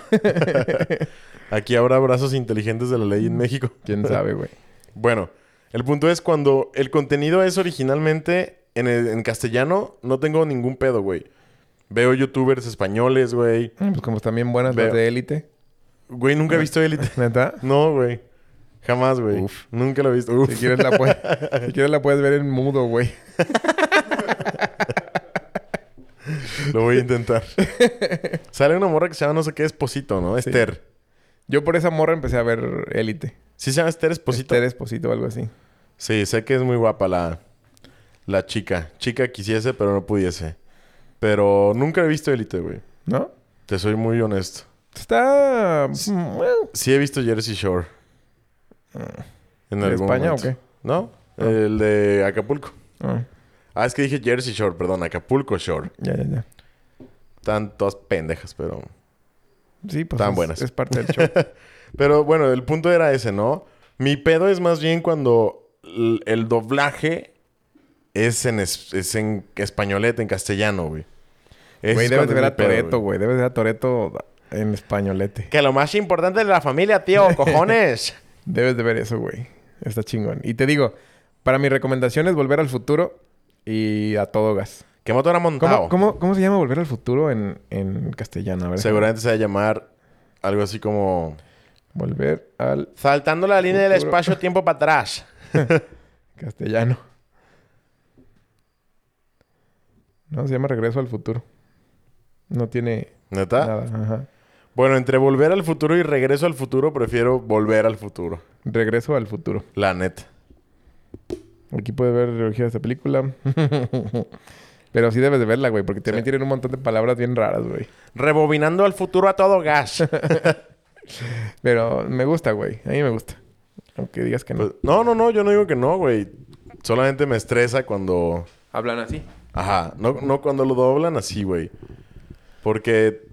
B: Aquí habrá brazos inteligentes de la ley en México.
A: Quién sabe, güey.
B: Bueno, el punto es cuando el contenido es originalmente en, el- en castellano, no tengo ningún pedo, güey. Veo youtubers españoles, güey.
A: Mm, Pues como están bien buenas
B: Veo.
A: las de élite.
B: Güey, nunca he visto élite.
A: ¿Neta?
B: No, güey. Jamás, güey.
A: Uf.
B: Nunca lo he visto. Uf.
A: Si quieres, la puedes, si quieres la puedes ver en mudo, güey.
B: Lo voy a intentar. Sale una morra que se llama no sé qué Esposito, ¿no?
A: Sí.
B: Esther.
A: Yo por esa morra empecé a ver élite.
B: ¿Sí se llama Esther Esposito?
A: Este desposito o algo así.
B: Sí, sé que es muy guapa la, la chica. Chica quisiese, pero no pudiese. Pero nunca he visto Elite, güey.
A: ¿No?
B: Te soy muy honesto.
A: Está... mm, bueno.
B: Sí he visto Jersey Shore. En
A: ¿De
B: algún
A: Ah. España o
B: momento.
A: qué?
B: ¿No? El de Acapulco.
A: Ah,
B: Ah, es que dije Jersey Shore, perdón. Acapulco Shore.
A: ya, ya, ya.
B: Están todas pendejas, pero...
A: Sí, pues
B: Tan
A: es-
B: buenas.
A: es parte del show.
B: Pero bueno, el punto era ese, ¿no? Mi pedo es más bien cuando l- el doblaje es en, es, es en españolete, en castellano, güey. Ese
A: Güey,
B: es
A: debes
B: cuando
A: de ver
B: es mi
A: a
B: pedo,
A: Toreto, güey. Debes de ver a Toreto en españolete.
B: Que lo más importante es la familia, tío, cojones.
A: Debes de ver eso, güey. Está chingón. Y te digo, para mi recomendación es Volver al Futuro y a todo gas.
B: que moto era
A: ¿Cómo,
B: montado.
A: cómo, cómo se llama Volver al Futuro en, en castellano? A ver.
B: Seguramente se va a llamar algo así como...
A: Volver al
B: Saltando la línea del
A: Futuro.
B: espacio-tiempo para atrás.
A: castellano. No, se llama Regreso al Futuro. No tiene
B: ¿Neta?
A: nada. Ajá.
B: Bueno, entre volver al futuro y regreso al futuro, prefiero volver al futuro.
A: Regreso al Futuro.
B: La neta.
A: Aquí puedes ver la de esta película. Pero sí debes de verla, güey, porque también tienen un montón de palabras bien raras, güey.
B: Rebobinando al futuro a todo gas.
A: Pero me gusta, güey. A mí me gusta. Aunque digas que no.
B: Pues, no, no, no, yo no digo que no, güey. Solamente me estresa cuando.
A: Hablan así.
B: Ajá, no, no cuando lo doblan así, güey. Porque.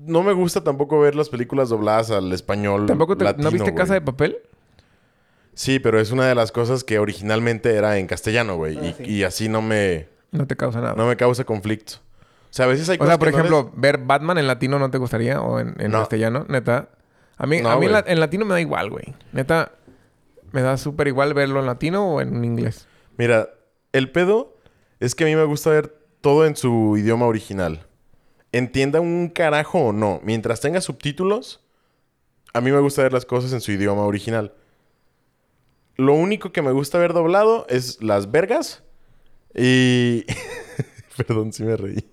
B: No me gusta tampoco ver las películas dobladas al español.
A: ¿Tampoco te,
B: latino,
A: ¿No viste
B: güey.
A: Casa de Papel?
B: Sí, pero es una de las cosas que originalmente era en castellano, güey.
A: Ah,
B: y, y así no me,
A: No te causa nada.
B: no me causa conflicto. O sea, a veces hay
A: o
B: cosas.
A: sea, por
B: que no
A: ejemplo,
B: les-
A: ver Batman en latino no te gustaría o en, en
B: No.
A: castellano, neta. A mí,
B: No,
A: a mí en, la-
B: güey.
A: en latino me da igual, güey. Neta, me da súper igual verlo en latino o en inglés.
B: Mira, el pedo es que a mí me gusta ver todo en su idioma original. Entienda un carajo o no. Mientras tenga subtítulos, a mí me gusta ver las cosas en su idioma original. Lo único que me gusta ver doblado es las vergas y... Perdón si me reí.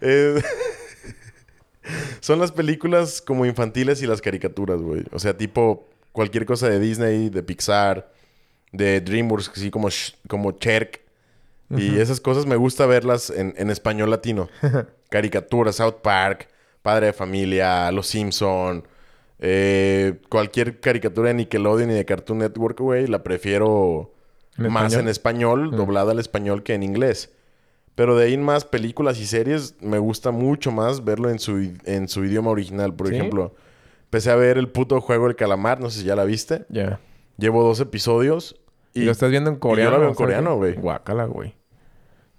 B: Es- Son las películas como infantiles y las caricaturas, güey. O sea, tipo cualquier cosa de Disney, de Pixar, de DreamWorks, así como, sh- como Cherk. Y esas cosas me gusta verlas en, en español latino. Caricaturas, South Park, Padre de Familia, Los Simpson. eh, cualquier caricatura de Nickelodeon y de Cartoon Network, güey, la prefiero
A: ¿En
B: más
A: español?
B: en español, doblada al español que en inglés. Pero de ahí en más películas y series, me gusta mucho más verlo en su, i- en su idioma original. Por
A: ¿Sí?
B: ejemplo, empecé a ver el puto juego El Calamar, no sé si ya la viste.
A: Ya.
B: Llevo dos episodios
A: ¿Y,
B: y
A: lo estás viendo en coreano?
B: yo la veo en
A: ¿sabes
B: coreano,
A: qué?
B: güey.
A: Guácala, güey.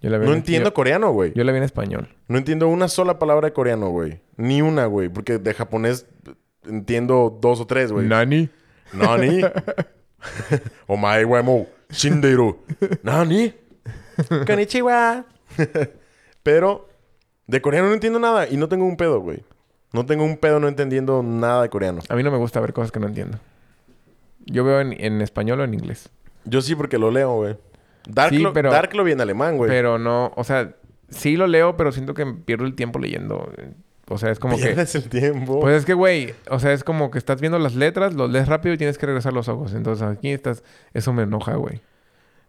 A: Yo la veo
B: no
A: en-
B: entiendo
A: Yo,
B: coreano, güey.
A: yo la vi en español.
B: No entiendo una sola palabra de coreano, güey. Ni una, güey. Porque de japonés eh, entiendo dos o tres, güey.
A: Nani.
B: Nani. Omae wa mo Shindeiro. Nani. Konnichiwa. Pero de coreano no entiendo nada y no tengo un pedo, güey. No tengo un pedo no entendiendo nada de coreano.
A: A mí no me gusta ver cosas que no entiendo. Yo veo en, en español o en inglés.
B: Yo sí porque lo leo, güey. Dark,
A: Sí,
B: lo,
A: pero-
B: Dark lo vi en alemán, güey.
A: Pero no, o sea, sí lo leo, pero siento que pierdo el tiempo leyendo. O sea, es como que.
B: Pierdes el tiempo.
A: Pues es que, güey, o sea, es como que estás viendo las letras, los lees rápido y tienes que regresar los ojos. Entonces aquí estás. Eso me enoja, güey.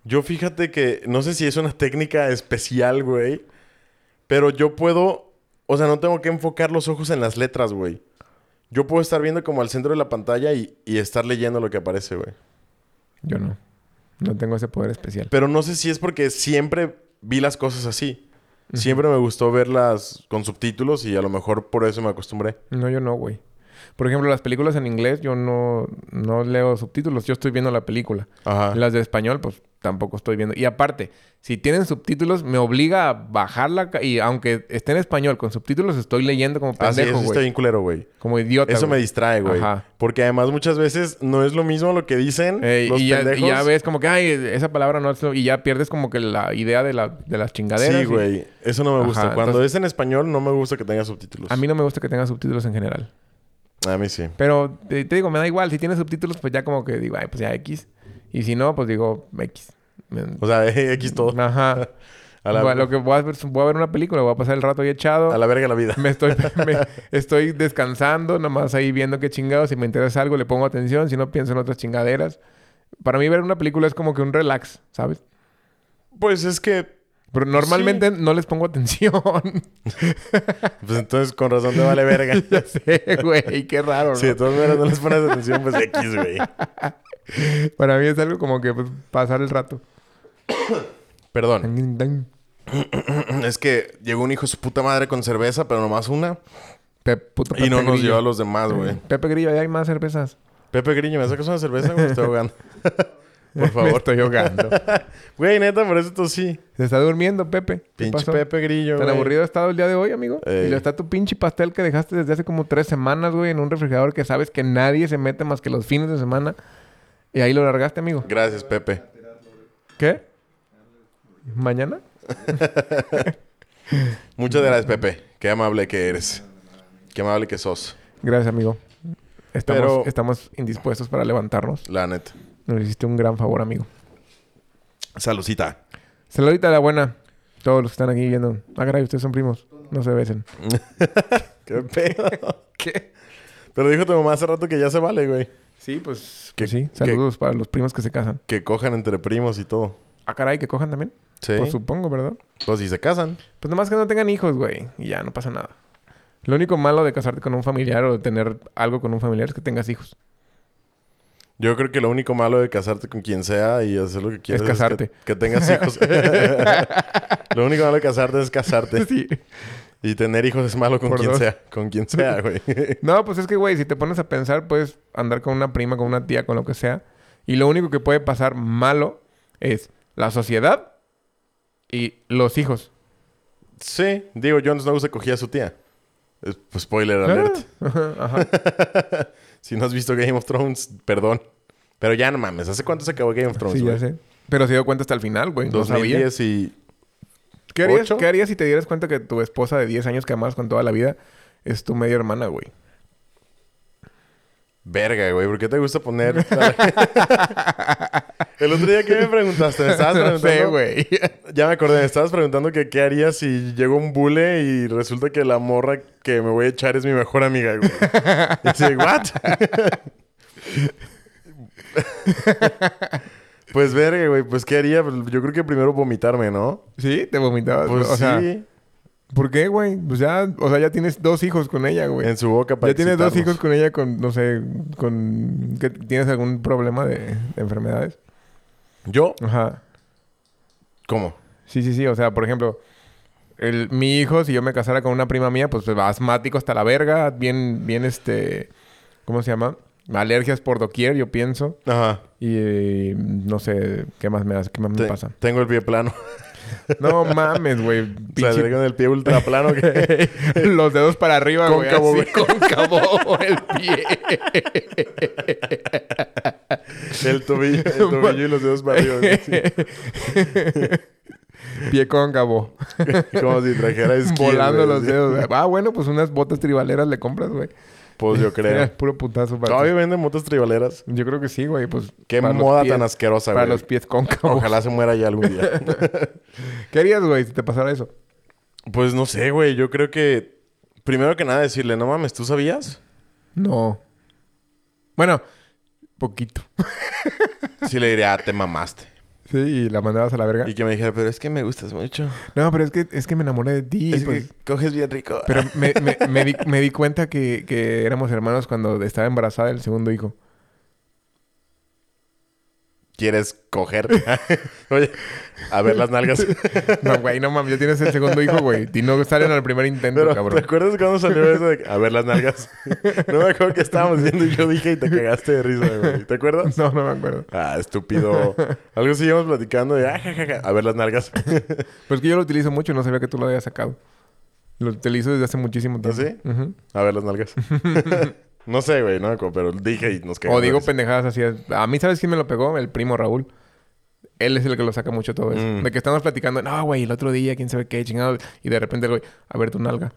B: Yo fíjate que no sé si es una técnica especial, güey. Pero yo puedo. O sea, no tengo que enfocar los ojos en las letras, güey. Yo puedo estar viendo como al centro de la pantalla y, y estar leyendo lo que aparece, güey.
A: Yo no. No tengo ese poder especial.
B: Pero no sé si es porque siempre vi las cosas así. Siempre me gustó verlas con subtítulos y a lo mejor por eso me acostumbré.
A: No, yo no, güey. Por ejemplo, las películas en inglés, yo no, no leo subtítulos. Yo estoy viendo la película.
B: Ajá.
A: Las de español, pues tampoco estoy viendo. Y aparte, si tienen subtítulos, me obliga a bajarla. ca- Y aunque esté en español con subtítulos, estoy leyendo como
B: Así es,
A: pendejo,
B: Ah, está
A: güey.
B: bien culero, güey.
A: Como idiota.
B: Eso me
A: güey.
B: distrae, güey.
A: Ajá.
B: Porque además muchas veces no es lo mismo lo que dicen
A: Ey,
B: los
A: Eh, y, ya, y
B: pendejos.
A: ya ves como que, ay, esa palabra no es... lo-", Y ya pierdes como que la idea de, la, de las chingaderas.
B: Sí,
A: y-
B: güey. Eso no me gusta.
A: Ajá,
B: Cuando
A: entonces-
B: es en español, no me gusta que tenga subtítulos.
A: A mí no me gusta que tenga subtítulos en general.
B: A mí sí.
A: Pero te, te digo, me da igual. Si tiene subtítulos, pues ya como que digo, ay, pues ya X. Y si no, pues digo X.
B: O sea, X todo.
A: Ajá.
B: A la,
A: Bueno, lo que voy a, ver, voy a ver una película, voy a pasar el rato ahí echado.
B: a la verga la vida.
A: Me estoy, me- estoy descansando, nomás ahí viendo qué chingados. Si me interesa algo, le pongo atención. Si no, pienso en otras chingaderas. Para mí, ver una película es como que un relax, ¿sabes?
B: Pues es que...
A: Pero normalmente no les pongo atención.
B: Pues entonces con razón te vale verga.
A: ya sé, güey. Qué raro, ¿no?
B: si de todas maneras no les pones atención, pues X, güey.
A: Para mí es algo como que pues, pasar el rato.
B: Perdón.
A: Te
B: Es que llegó un hijo de su puta madre con cerveza, pero nomás una.
A: puto
B: Y
A: Pepe
B: no nos
A: Grillo.
B: llevó a los demás, güey.
A: Pepe Grillo, ahí hay más cervezas.
B: Pepe Grillo, ¿me sacas una cerveza? Güey, estoy ahogando. Por
A: Me
B: favor.
A: estoy ahogando.
B: Güey, neta, por eso tú sí.
A: Se está durmiendo, Pepe. ¿Qué
B: Pinche
A: pasó?
B: Pepe Grillo,
A: Tan
B: güey.
A: aburrido ha estado el día de hoy, amigo.
B: Ey.
A: Y lo está tu pinche pastel que dejaste desde hace como tres semanas, güey, en un refrigerador que sabes que nadie se mete más que los fines de semana. Y ahí lo largaste, amigo.
B: Gracias, Pepe.
A: ¿Qué? ¿Mañana?
B: Muchas gracias, Pepe. Qué amable que eres. Qué amable que sos,
A: Gracias, amigo. Estamos,
B: Pero-
A: estamos indispuestos para levantarnos.
B: la neta.
A: Nos hiciste un gran favor, amigo.
B: Salucita.
A: Saludita a la buena. Todos los que están aquí viendo. Ah, caray, ustedes son primos. No se besen.
B: ¿Qué pedo? ¿Qué? Pero dijo tu mamá hace rato que ya se vale, güey.
A: Sí, pues.
B: que-
A: sí,
B: que-
A: saludos para los primos que se casan.
B: Que cojan entre primos y todo.
A: Ah, caray, que cojan también.
B: Sí.
A: Pues
B: Pues,
A: supongo, ¿verdad?
B: si se casan.
A: Pues nomás que no tengan hijos, güey. Y ya, no pasa nada. Lo único malo de casarte con un familiar o de tener algo con un familiar es que tengas hijos.
B: Yo creo que lo único malo de casarte con quien sea y hacer lo que quieras
A: Es casarte.
B: que, que tengas hijos. lo único malo de casarte es casarte.
A: Sí.
B: Y tener hijos es malo con
A: Por
B: quien
A: dos.
B: sea. Con quien sea, güey.
A: No, pues es que, güey, si te pones a pensar, puedes andar con una prima, con una tía, con lo que sea. Y lo único que puede pasar malo es la sociedad y los hijos.
B: sí, digo, Jon Snow se cogía a su tía. Eh, Pues,
A: Ah.
B: Spoiler alert.
A: Ajá.
B: Si no has visto Game of Thrones, perdón. Pero ya no mames. ¿Hace cuánto se acabó Game of Thrones,
A: Sí, ya
B: güey?
A: sé. Pero se dio cuenta hasta el final, güey. No sabía.
B: 2010 y...
A: ¿Qué harías,
B: ¿Ocho?
A: ¿Qué harías si te dieras cuenta que tu esposa de 10 años que amas con toda la vida es tu media hermana, güey?
B: Verga, güey, ¿por qué te gusta poner? El otro día que me preguntaste, me estabas
A: No
B: preguntando.
A: sé, güey.
B: Ya me acordé, me estabas preguntando que qué haría si llegó un bule y resulta que la morra que me voy a echar es mi mejor amiga, güey. Y así, ¿what? pues verga, güey, pues qué haría. Yo creo que primero vomitarme, ¿no?
A: Sí, te vomitabas.
B: Pues
A: o
B: sí,
A: sea, ¿Por qué, güey? Pues ya, o sea, ya tienes dos hijos con ella, güey.
B: en su boca para
A: Ya tienes dos
B: excitarnos.
A: hijos con ella con, no sé, con... que ¿Tienes algún problema de, de enfermedades?
B: ¿Yo?
A: Ajá.
B: ¿Cómo?
A: Sí, sí, sí. O sea, por ejemplo, el, mi hijo, si yo me casara con una prima mía, pues asmático hasta la verga, bien, bien este, ¿cómo se llama? Alergias por doquier, yo pienso.
B: Ajá.
A: Y eh, no sé, ¿qué más me, hace? ¿Qué más me
B: Te-
A: pasa?
B: Tengo el pie plano.
A: No mames, güey.
B: O sea,
A: pinche-
B: le con el pie ultra plano que...
A: Los dedos para arriba, güey.
B: Cóncavo,
A: así, Cóncavo el pie.
B: el tobillo, el tobillo y los dedos para arriba. sí.
A: Pie cóncavo.
B: Como si trajera esquí.
A: Volando
B: güey,
A: los
B: sí.
A: dedos. Ah, bueno, pues unas botas tribaleras le compras, güey.
B: Pues yo creo.
A: Era puro putazo para
B: Todavía venden motos tribaleras.
A: Yo creo que sí, güey. Pues,
B: Qué
A: para los
B: moda
A: pies-
B: tan asquerosa,
A: Para
B: güey.
A: los pies cóncavos.
B: Ojalá se muera ya algún día.
A: ¿Qué harías, güey, si te pasara eso?
B: pues no sé, güey. Yo creo que... Primero que nada decirle, no mames, ¿tú sabías?
A: No. Bueno, poquito.
B: Sí le diría, ah, te mamaste.
A: Sí, y la mandabas a la verga.
B: Y que me dijera, pero es que me gustas mucho.
A: No, pero es que, es que me enamoré de ti.
B: es
A: pues.
B: que coges bien rico.
A: Pero me, me- me di, me di cuenta que, que éramos hermanos cuando estaba embarazada del segundo hijo.
B: ¿Quieres coger? Oye, a ver las nalgas.
A: No, güey, no mames, ya tienes el segundo hijo, güey. Y no salen al primer intento,
B: Pero, ¿te
A: cabrón.
B: acuerdas cuando salió eso de que, a ver las nalgas? No me acuerdo qué estábamos diciendo y yo dije y te cagaste de risa, güey. ¿Te acuerdas?
A: No, no me acuerdo.
B: Ah, estúpido. Algo seguimos platicando de, ah, ja, ja, ja, a ver las nalgas.
A: Pero Pues es que yo lo utilizo mucho y no sabía que tú lo habías sacado. Lo utilizo desde hace muchísimo tiempo.
B: ¿Ah, sí?
A: Ujú.
B: A ver las nalgas. No sé, güey, no me acuerdo, pero dije y nos cagamos.
A: O digo
B: de risa.
A: pendejadas así. A mí, ¿sabes quién me lo pegó? El primo Raúl. Él es el que lo saca mucho todo eso.
B: Mm.
A: De que estamos platicando, no, güey, el otro día, quién sabe qué, chingado. Y de repente el güey, a ver tu nalga.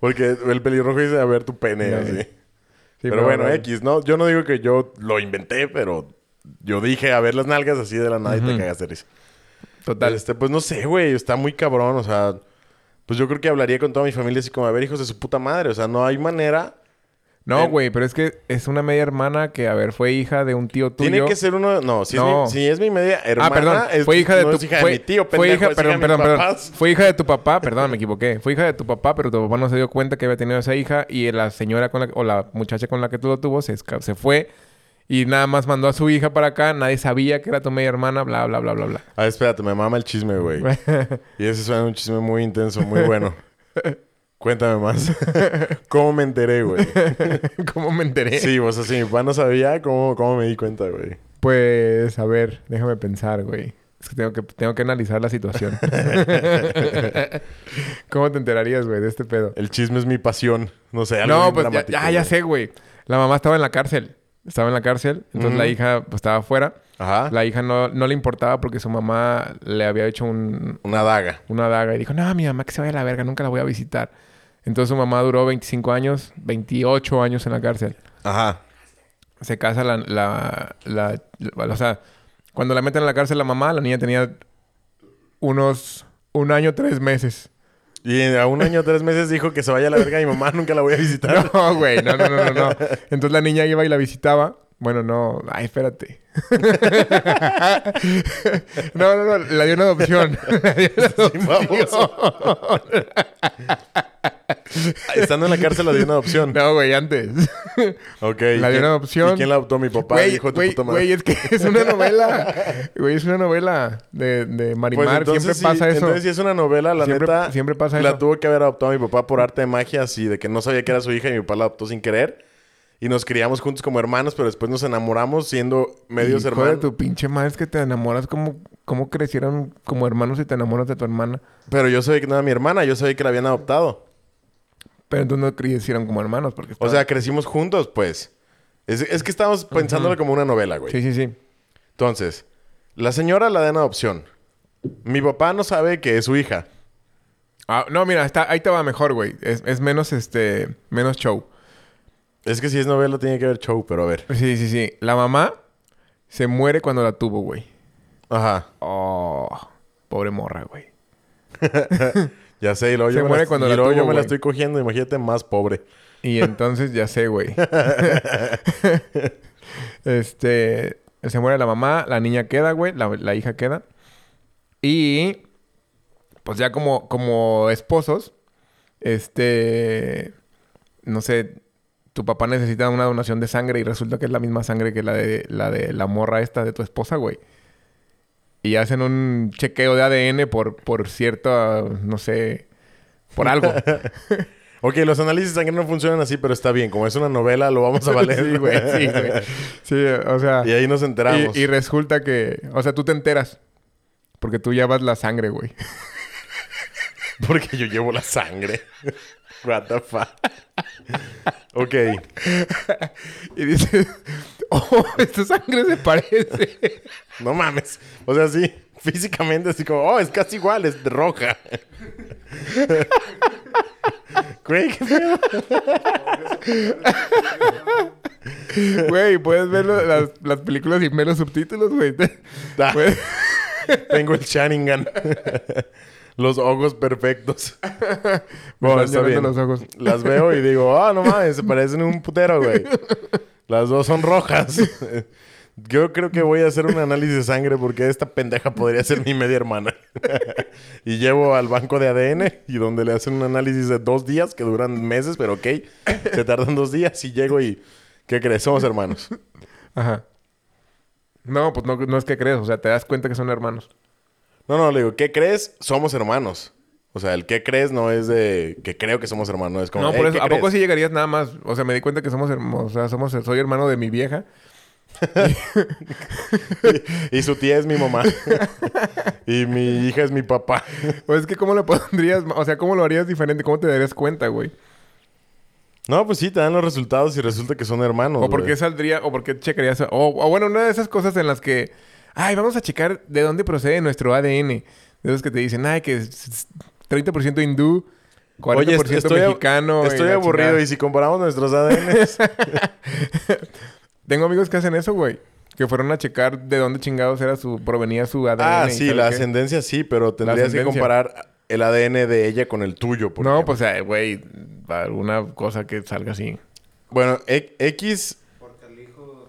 B: Porque el pelirrojo dice, a ver tu pene,
A: Ya,
B: así.
A: ya. Sí,
B: pero bueno,
A: Raúl-
B: X, no, yo no digo que yo lo inventé, pero yo dije, a ver las nalgas así de la nada y te
A: Ujú.
B: cagaste de risa.
A: Total.
B: Este, pues no sé, güey, está muy cabrón, o sea, pues yo creo que hablaría con toda mi familia así como, a ver, hijos de su puta madre, o sea, no hay manera.
A: No,
B: el-
A: güey, pero es que es una media hermana que, a ver, fue hija de un tío tuyo.
B: Tiene que ser uno, no, si,
A: No.
B: Es, mi, si es mi media hermana,
A: Ah, perdón.
B: es-
A: fue hija de
B: no
A: tu
B: es hija
A: fue,
B: de mi tío,
A: fue
B: pendejo,
A: hija,
B: es
A: perdón,
B: de mis
A: perdón, perdón.
B: papás.
A: Fue hija de tu papá, perdón, me equivoqué. Fue hija de tu papá, pero tu papá no se dio cuenta que había tenido esa hija y la señora con la, o la muchacha con la que tú lo tuvo se, esca- se fue y nada más mandó a su hija para acá. Nadie sabía que era tu media hermana, bla, bla, bla, bla, bla.
B: Ah, espérate, me mama el chisme, güey. y ese suena un chisme muy intenso, muy bueno. Cuéntame más. ¿Cómo me enteré, güey?
A: ¿Cómo me enteré?
B: Sí, o sea, si mi papá no sabía, ¿cómo, cómo me di cuenta, güey?
A: Pues, a ver, déjame pensar, güey. Es que tengo que, tengo que analizar la situación. ¿Cómo te enterarías, güey, de este pedo?
B: El chisme es mi pasión. No sé, algo
A: No,
B: bien
A: pues ya,
B: dramático,
A: ya, ya
B: güey.
A: sé, güey. La mamá estaba en la cárcel. Estaba en la cárcel. Entonces la
B: Ujú. Ah.
A: hija pues, estaba afuera.
B: Ajá.
A: La hija no, no le importaba porque su mamá le había hecho un-
B: Una daga.
A: una daga y dijo, no, mi mamá que se vaya a la verga, nunca la voy a visitar. Entonces su mamá duró 25 años, 28 años en la cárcel.
B: Ajá.
A: Se casa la... la- la- la- o sea, cuando la meten en la cárcel la mamá, la niña tenía unos... Un año, tres meses.
B: Y a un año, tres meses dijo que se vaya a la verga mi mamá, nunca la voy a visitar.
A: No, güey, no, no, no, no, no. Entonces la niña iba y la visitaba. Bueno, no, ay, espérate. no, no, no, la dio una adopción. La dio en adopción.
B: baboso. Estando en la cárcel la dio una adopción.
A: No, güey, antes.
B: Ok. ¿y
A: La dio
B: quién-
A: una adopción.
B: ¿Y quién la adoptó? Mi papá,
A: Güey,
B: hijo de tu
A: güey,
B: puta madre.
A: güey, es que es una novela. Güey, es una novela de, de
B: Pues
A: Marimar.
B: entonces
A: siempre
B: sí,
A: pasa eso.
B: Entonces, si es una novela, la
A: Siempre-
B: neta.
A: siempre pasa
B: La
A: eso.
B: tuvo que haber adoptado mi papá por arte de magia, así de que no sabía que era su hija y mi papá la adoptó sin querer. Y nos criamos juntos como hermanos, pero después nos enamoramos siendo medios
A: Hijo de
B: hermanos.
A: tu pinche madre, es que te enamoras como, como crecieron como hermanos y te enamoras de tu hermana.
B: Pero yo sabía que no era mi hermana, yo sabía que la habían adoptado.
A: Pero entonces no crecieron como hermanos. Porque
B: O
A: estaban-
B: sea, crecimos juntos, pues. Es, es que estamos pensándolo como una novela, güey.
A: sí, sí, sí.
B: Entonces, la señora la da en adopción. Mi papá no sabe que es su hija.
A: Ah, no, mira, está, ahí te va mejor, güey. Es, es menos, este, menos show.
B: Es que si es novela tiene que ver show, pero a ver.
A: Sí, sí, sí. La mamá se muere cuando la tuvo, güey.
B: Ajá.
A: Oh, pobre morra, güey.
B: Ya sé, y luego
A: Se
B: yo, me,
A: muere
B: la,
A: cuando
B: y
A: la
B: luego
A: tuvo,
B: yo me la
A: güey.
B: estoy cogiendo, imagínate más pobre.
A: Y entonces ya sé, güey. este, se muere la mamá, la niña queda, güey, la, la hija queda. Y pues ya como, como esposos, este, no sé, tu papá necesita una donación de sangre y resulta que es la misma sangre que la de la, de la morra esta de tu esposa, güey. Y hacen un chequeo de ADN por, por cierta, no sé, por algo.
B: Ok, los análisis de sangre no funcionan así, pero está bien. Como es una novela, lo vamos a valer.
A: sí, güey, sí, güey. Sí, o sea...
B: Y ahí nos enteramos.
A: Y, y resulta que, o sea, tú te enteras. Porque tú llevas la sangre, güey.
B: Porque yo llevo la sangre. What the fuck. ok.
A: Y dices, oh, esta sangre se parece.
B: No mames. O sea, sí. Físicamente, así como, oh, es casi igual, es de roja. Güey, qué pedo.
A: Güey, puedes ver lo- las, las películas y menos subtítulos, güey.
B: Ah,
A: Puedes-
B: Tengo el Shanningan. Los ojos perfectos.
A: Me están llorando los ojos.
B: Las veo y digo, ah, no mames, se parecen un putero, güey. Las dos son rojas. Yo creo que voy a hacer un análisis de sangre porque esta pendeja podría ser mi media hermana. y llevo al banco de ADN y donde le hacen un análisis de dos días que duran meses, pero ok, se tardan dos días y llego y, ¿qué crees? Somos hermanos.
A: Ajá. No, pues no, no es que crees, o sea, te das cuenta que son hermanos.
B: No, no, le digo, ¿qué crees? Somos hermanos. O sea, el ¿qué crees? no es de que creo que somos hermanos. Es como,
A: No, por eso,
B: "Hey, ¿qué
A: ¿a poco
B: crees?".
A: sí llegarías nada más? O sea, me di cuenta que somos hermanos, o sea, somos, soy hermano de mi vieja.
B: Y su tía es mi mamá. y mi hija es mi papá.
A: O Pues es que, ¿cómo lo pondrías? O sea, ¿cómo lo harías diferente? ¿Cómo te darías cuenta, güey?
B: No, pues sí, te dan los resultados y resulta que son hermanos.
A: ¿O por
B: Oh, güey.
A: qué saldría, o por qué checarías? O, o bueno, una de esas cosas en las que, ay, vamos a checar de dónde procede nuestro ADN. De esos que te dicen, ay, que es 30% hindú, 40%
B: Oye, est- estoy, ab-
A: mexicano. y
B: Estoy
A: la
B: aburrido
A: chingada.
B: y si comparamos nuestros ADN.
A: Tengo amigos que hacen eso, güey. Que fueron a checar de dónde chingados era su, provenía su ADN.
B: ah,
A: y
B: sí,
A: ¿sabes
B: la
A: qué?
B: ascendencia sí, pero tendrías que
A: ascendencia.
B: comparar el ADN de ella con el tuyo. por
A: No,
B: ejemplo.
A: pues, eh, güey, alguna cosa que salga así.
B: Bueno, e- X
E: Porque el hijo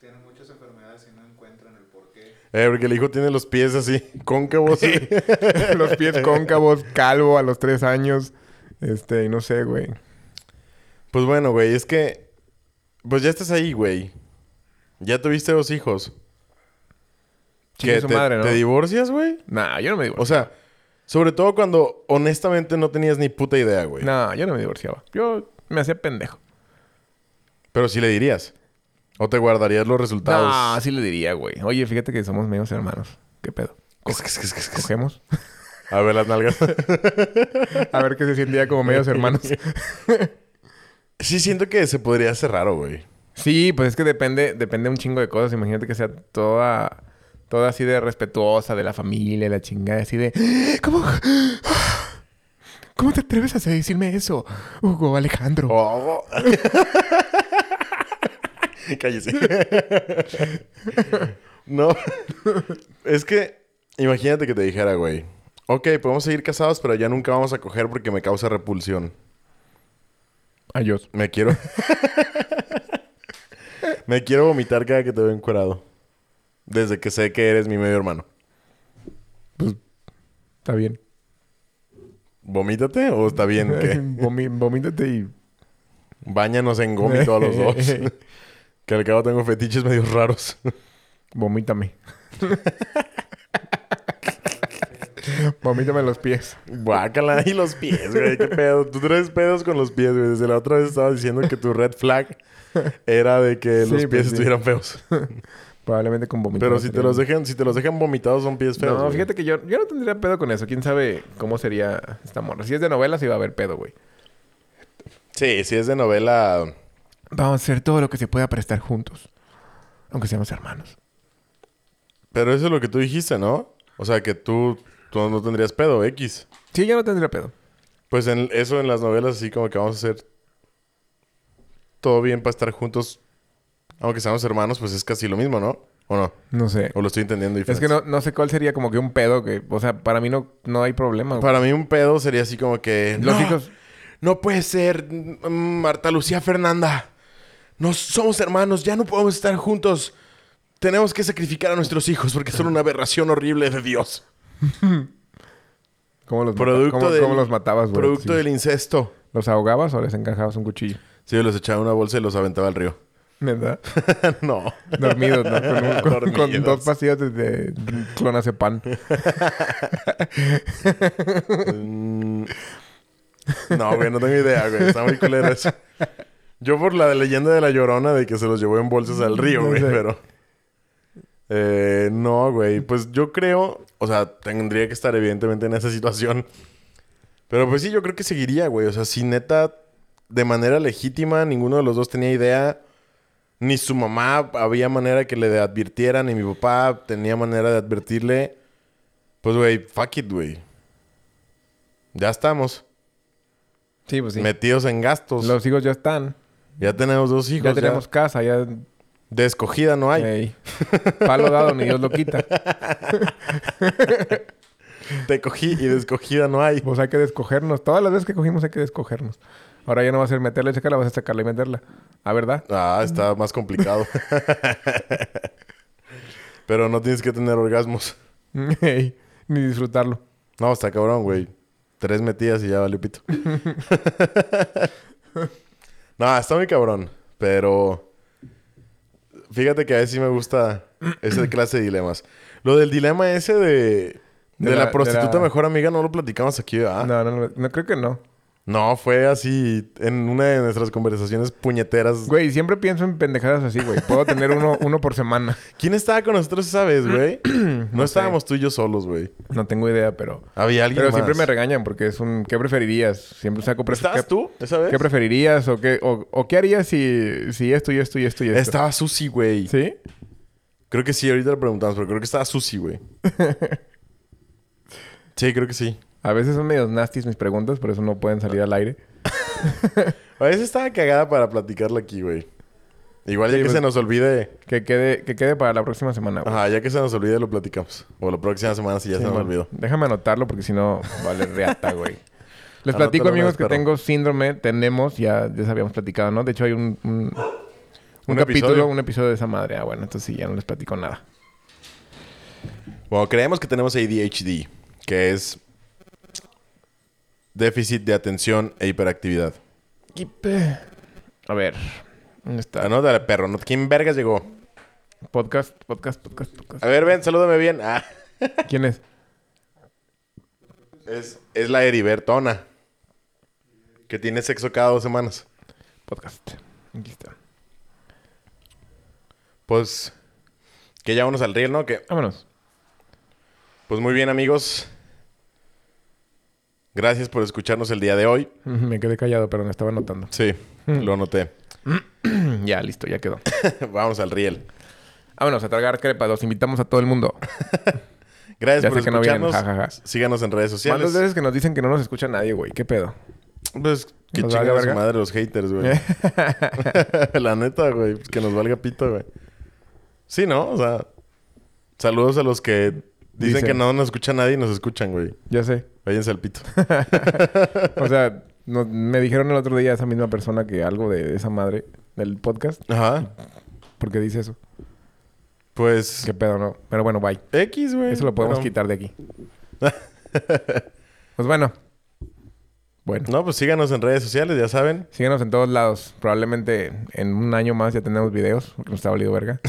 E: tiene muchas enfermedades y no encuentran el porqué.
B: Eh, porque el hijo tiene los pies así, cóncavos.
A: Los pies cóncavos, calvo a los tres años. Este, y no sé, güey.
B: Pues bueno, güey, es que. Pues ya estás ahí, güey. Ya tuviste dos hijos.
A: Chingue
B: ¿Qué,
A: su
B: te,
A: madre, ¿no?
B: ¿Te divorcias, güey?
A: Nah, yo no me divorcio.
B: O sea, sobre todo cuando honestamente no tenías ni puta idea, güey.
A: No, yo no me divorciaba. Yo me hacía pendejo.
B: Pero sí le dirías. O te guardarías los resultados.
A: No, sí le diría, güey. Oye, fíjate que somos medios hermanos. ¿Qué pedo? Cogemos.
B: A ver las nalgas.
A: A ver qué se sentía como medios hermanos.
B: sí, siento que se podría hacer raro, güey.
A: Sí, pues es que depende, depende un chingo de cosas. Imagínate que sea toda, toda así de respetuosa de la familia, la chingada, así de ¿Cómo? ¿Cómo te atreves a decirme eso, Hugo Alejandro?
B: Oh. Cállese. no. es que imagínate que te dijera, güey. Ok, podemos seguir casados, pero ya nunca vamos a coger porque me causa repulsión.
A: Adiós.
B: Me quiero. me quiero vomitar cada que te veo encuerado. Desde que sé que eres mi medio hermano.
A: Está bien.
B: ¿Vomítate o está bien que
A: Vomi- Vomítate y
B: bañanos en gómito a los dos? que al cabo tengo fetiches medio raros.
A: vomítame. vomítame los pies.
B: Guácala y los pies, güey. ¿Qué pedo? Tú traes pedos con los pies, güey. Desde la otra vez estabas diciendo que tu red flag era de que
A: Sí, pues,
B: los pies
A: sí.
B: estuvieran feos.
A: Probablemente con vomitar.
B: Pero si te los dejan, si te los dejan vomitados son pies feos.
A: No,
B: güey.
A: fíjate que yo, yo no tendría pedo con eso. ¿Quién sabe cómo sería esta morra? Si es de novela, sí va a haber pedo, güey.
B: Sí, si es de novela.
A: Vamos a hacer todo lo que se pueda para estar juntos. Aunque seamos hermanos.
B: Pero eso es lo que tú dijiste, ¿no? O sea, que tú, tú no tendrías pedo, X.
A: Sí, yo no tendría pedo.
B: Pues en, eso en las novelas así como que vamos a hacer todo bien para estar juntos. Aunque seamos hermanos, pues es casi lo mismo, ¿no? ¿O no?
A: No sé.
B: ¿O lo estoy entendiendo
A: Es
B: diferente?
A: que no, no sé cuál sería como que un pedo que... O sea, para mí no, no hay problema. güey.
B: Para mí un pedo sería así como que...
A: Los
B: "No,
A: hijos...
B: No puede ser, mm, Marta Lucía Fernanda. No somos hermanos, ya no podemos estar juntos. Tenemos que sacrificar a nuestros hijos porque son una aberración horrible de Dios.
A: ¿Cómo los, mata-
B: Producto
A: cómo-
B: del-
A: cómo los matabas, güey?
B: Producto
A: Sí.
B: del incesto.
A: ¿Los ahogabas o les encajabas un cuchillo?
B: Sí, yo los echaba en una bolsa y los aventaba al río.
A: ¿Verdad?
B: no.
A: Dormidos, ¿no? Con, un- con- con
B: Dormidos.
A: dos pastillas de, de clonazepam.
B: Mm. No, güey, no tengo idea, güey. Está muy culero eso. Yo por la leyenda de la llorona de que se los llevó en bolsas al río,
A: No
B: güey,
A: sé.
B: pero. Eh, no, güey. Pues yo creo. O sea, tendría que estar evidentemente en esa situación. Pero pues sí, yo creo que seguiría, güey. O sea, si neta, de manera legítima, ninguno de los dos tenía idea. Ni su mamá había manera que le advirtiera, ni mi papá tenía manera de advertirle. Pues, güey, fuck it, güey. Ya estamos.
A: Sí, pues sí.
B: Metidos en gastos.
A: Los hijos ya están.
B: Ya tenemos dos hijos.
A: ya tenemos Eh. casa, ya...
B: De escogida no hay.
A: Ey. Palo dado, ni Dios lo quita.
B: Te cogí y de escogida no hay.
A: Pues hay que descogernos. Todas las veces que cogimos hay que descogernos. Ahora ya no va a ser meterla y sacarla, vas a sacarla y meterla. Ah, ¿verdad?
B: Ah, está más complicado. Pero no tienes que tener orgasmos.
A: Ey, Ni disfrutarlo.
B: No, está cabrón, güey. Tres metidas y ya valió pito. no, está muy cabrón. Pero fíjate que a veces sí me gusta esa clase de dilemas. Lo del dilema ese de, de,
A: De
B: la,
A: la- de
B: prostituta
A: la-
B: mejor amiga no lo platicamos aquí, ¿verdad?
A: No, no, no, no creo que no.
B: No, fue así en una de nuestras conversaciones puñeteras.
A: Güey, siempre pienso en pendejadas así, güey. Puedo tener uno, uno por semana.
B: ¿Quién estaba con nosotros esa vez,
A: Mm.
B: güey? no estábamos tú y yo solos, güey.
A: No tengo idea, pero...
B: Había alguien
A: Pero
B: más.
A: siempre me regañan porque es un... ¿Qué preferirías? Siempre saco... pref-
B: ¿Estabas
A: ¿qué-
B: tú esa vez?
A: ¿Qué preferirías? ¿O qué, o, o qué harías si, si esto y esto y esto y esto?
B: Estaba Susi, güey.
A: ¿Sí?
B: Creo que sí, ahorita le preguntamos, pero creo que estaba Susi, güey. sí, creo que sí.
A: A veces son medios nasties mis preguntas, por eso no pueden salir al aire.
B: A veces estaba cagada para platicarla aquí, güey. Igual ya
A: Sí,
B: que
A: pues- Ah,
B: se nos olvide.
A: Que quede, que quede para la próxima semana, güey.
B: Ajá, ya que se nos olvide lo platicamos. O la próxima semana si ya se nos
A: Simón.
B: olvidó.
A: Déjame anotarlo porque si no, vale reata, güey. Les
B: Anótalo
A: platico,
B: una
A: amigos,
B: vez,
A: que
B: perro.
A: tengo síndrome. Tenemos, ya, ya habíamos platicado, ¿no? De hecho, hay un, un, un
B: Un
A: capítulo,
B: episodio.
A: un episodio de esa madre. Ah, bueno, entonces sí, ya no les platico nada.
B: Bueno, creemos que tenemos ADHD, que es déficit de atención e hiperactividad.
A: A ver, ¿dónde está?
B: Anótale, perro. Ah, ¿no? ¿Quién vergas llegó?
A: Podcast, podcast, podcast, podcast.
B: A ver, ven, salúdame bien. Ah,
A: ¿Quién es?
B: es, es la Heribertona, que tiene sexo cada dos semanas.
A: Podcast. Aquí está.
B: Pues, que ya vámonos al riel, ¿no? Que,
A: Vámonos.
B: pues muy bien, amigos. Gracias por escucharnos el día de hoy.
A: Me quedé callado, pero me estaba anotando.
B: Sí,
A: Hmm.
B: lo noté.
A: Ya, listo, ya quedó.
B: Vamos al riel.
A: Vámonos a tragar crepa. Los invitamos a todo el mundo.
B: Gracias
A: Ya
B: por
A: sé que no vienen,
B: escucharnos.
A: ja, ja, ja.
B: Síganos en redes
A: ¿Cuántas
B: sociales.
A: veces que nos dicen que no nos escucha nadie, güey? ¿Qué pedo?
B: Pues que
A: Nos
B: chingan
A: valga
B: a su
A: verga.
B: madre los haters, güey. la neta, güey. pues que nos valga pito, güey. Sí, ¿no? O sea, saludos a los que dicen,
A: Dicen.
B: que no nos escucha nadie y nos escuchan, güey.
A: Ya sé.
B: Váyanse al pito.
A: O sea, no- me dijeron el otro día esa misma persona que algo de esa madre del podcast.
B: Ajá.
A: ¿Por qué dice eso?
B: Pues.
A: ¿Qué pedo, no? Pero bueno, bye.
B: X, güey.
A: Eso lo podemos
B: Pero-
A: quitar de aquí. Pues bueno. Bueno.
B: No, pues síganos en redes sociales, ya saben.
A: Síguenos en todos lados. Probablemente en un año más ya tenemos videos. Porque nos está valido verga.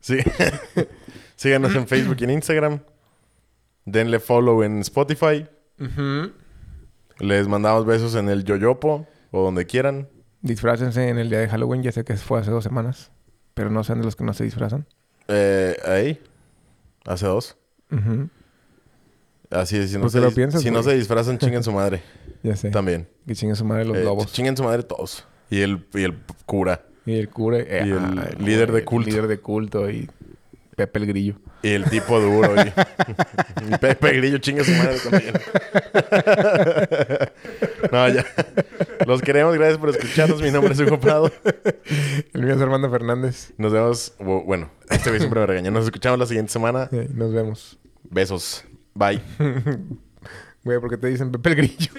B: Sí. síganos en Facebook y en Instagram. Denle follow en Spotify. Les mandamos besos en el Yoyopo o donde quieran.
A: Disfrácense en el día de Halloween. Ya sé que fue hace dos semanas. Pero no sean de los que no se disfrazan.
B: Eh, ahí. Hace dos.
A: Ujú.
B: Así es. Si no,
A: ¿Por
B: se,
A: qué lo
B: dis-
A: piensas,
B: si no
A: güey?
B: se disfrazan, chinguen su madre.
A: Ya sé.
B: También.
A: Que chingue su madre los
B: Eh,
A: lobos.
B: Chinguen su madre todos. Y el, y el cura.
A: Y el cura. eh,
B: Y el
A: ah,
B: líder de
A: el
B: culto.
A: líder de culto y Pepe el Grillo.
B: Y el tipo duro. Y, y Pepe Grillo, chingue su madre también. no, ya. Los queremos. Gracias por escucharnos. Mi nombre es Hugo Prado.
A: El mío es Armando Fernández.
B: Nos vemos. bu- Bueno, este güey siempre me regaña. Nos escuchamos la siguiente semana.
A: Eh, nos vemos.
B: Besos. Bye.
A: Güey, ¿por qué te dicen Pepe el Grillo?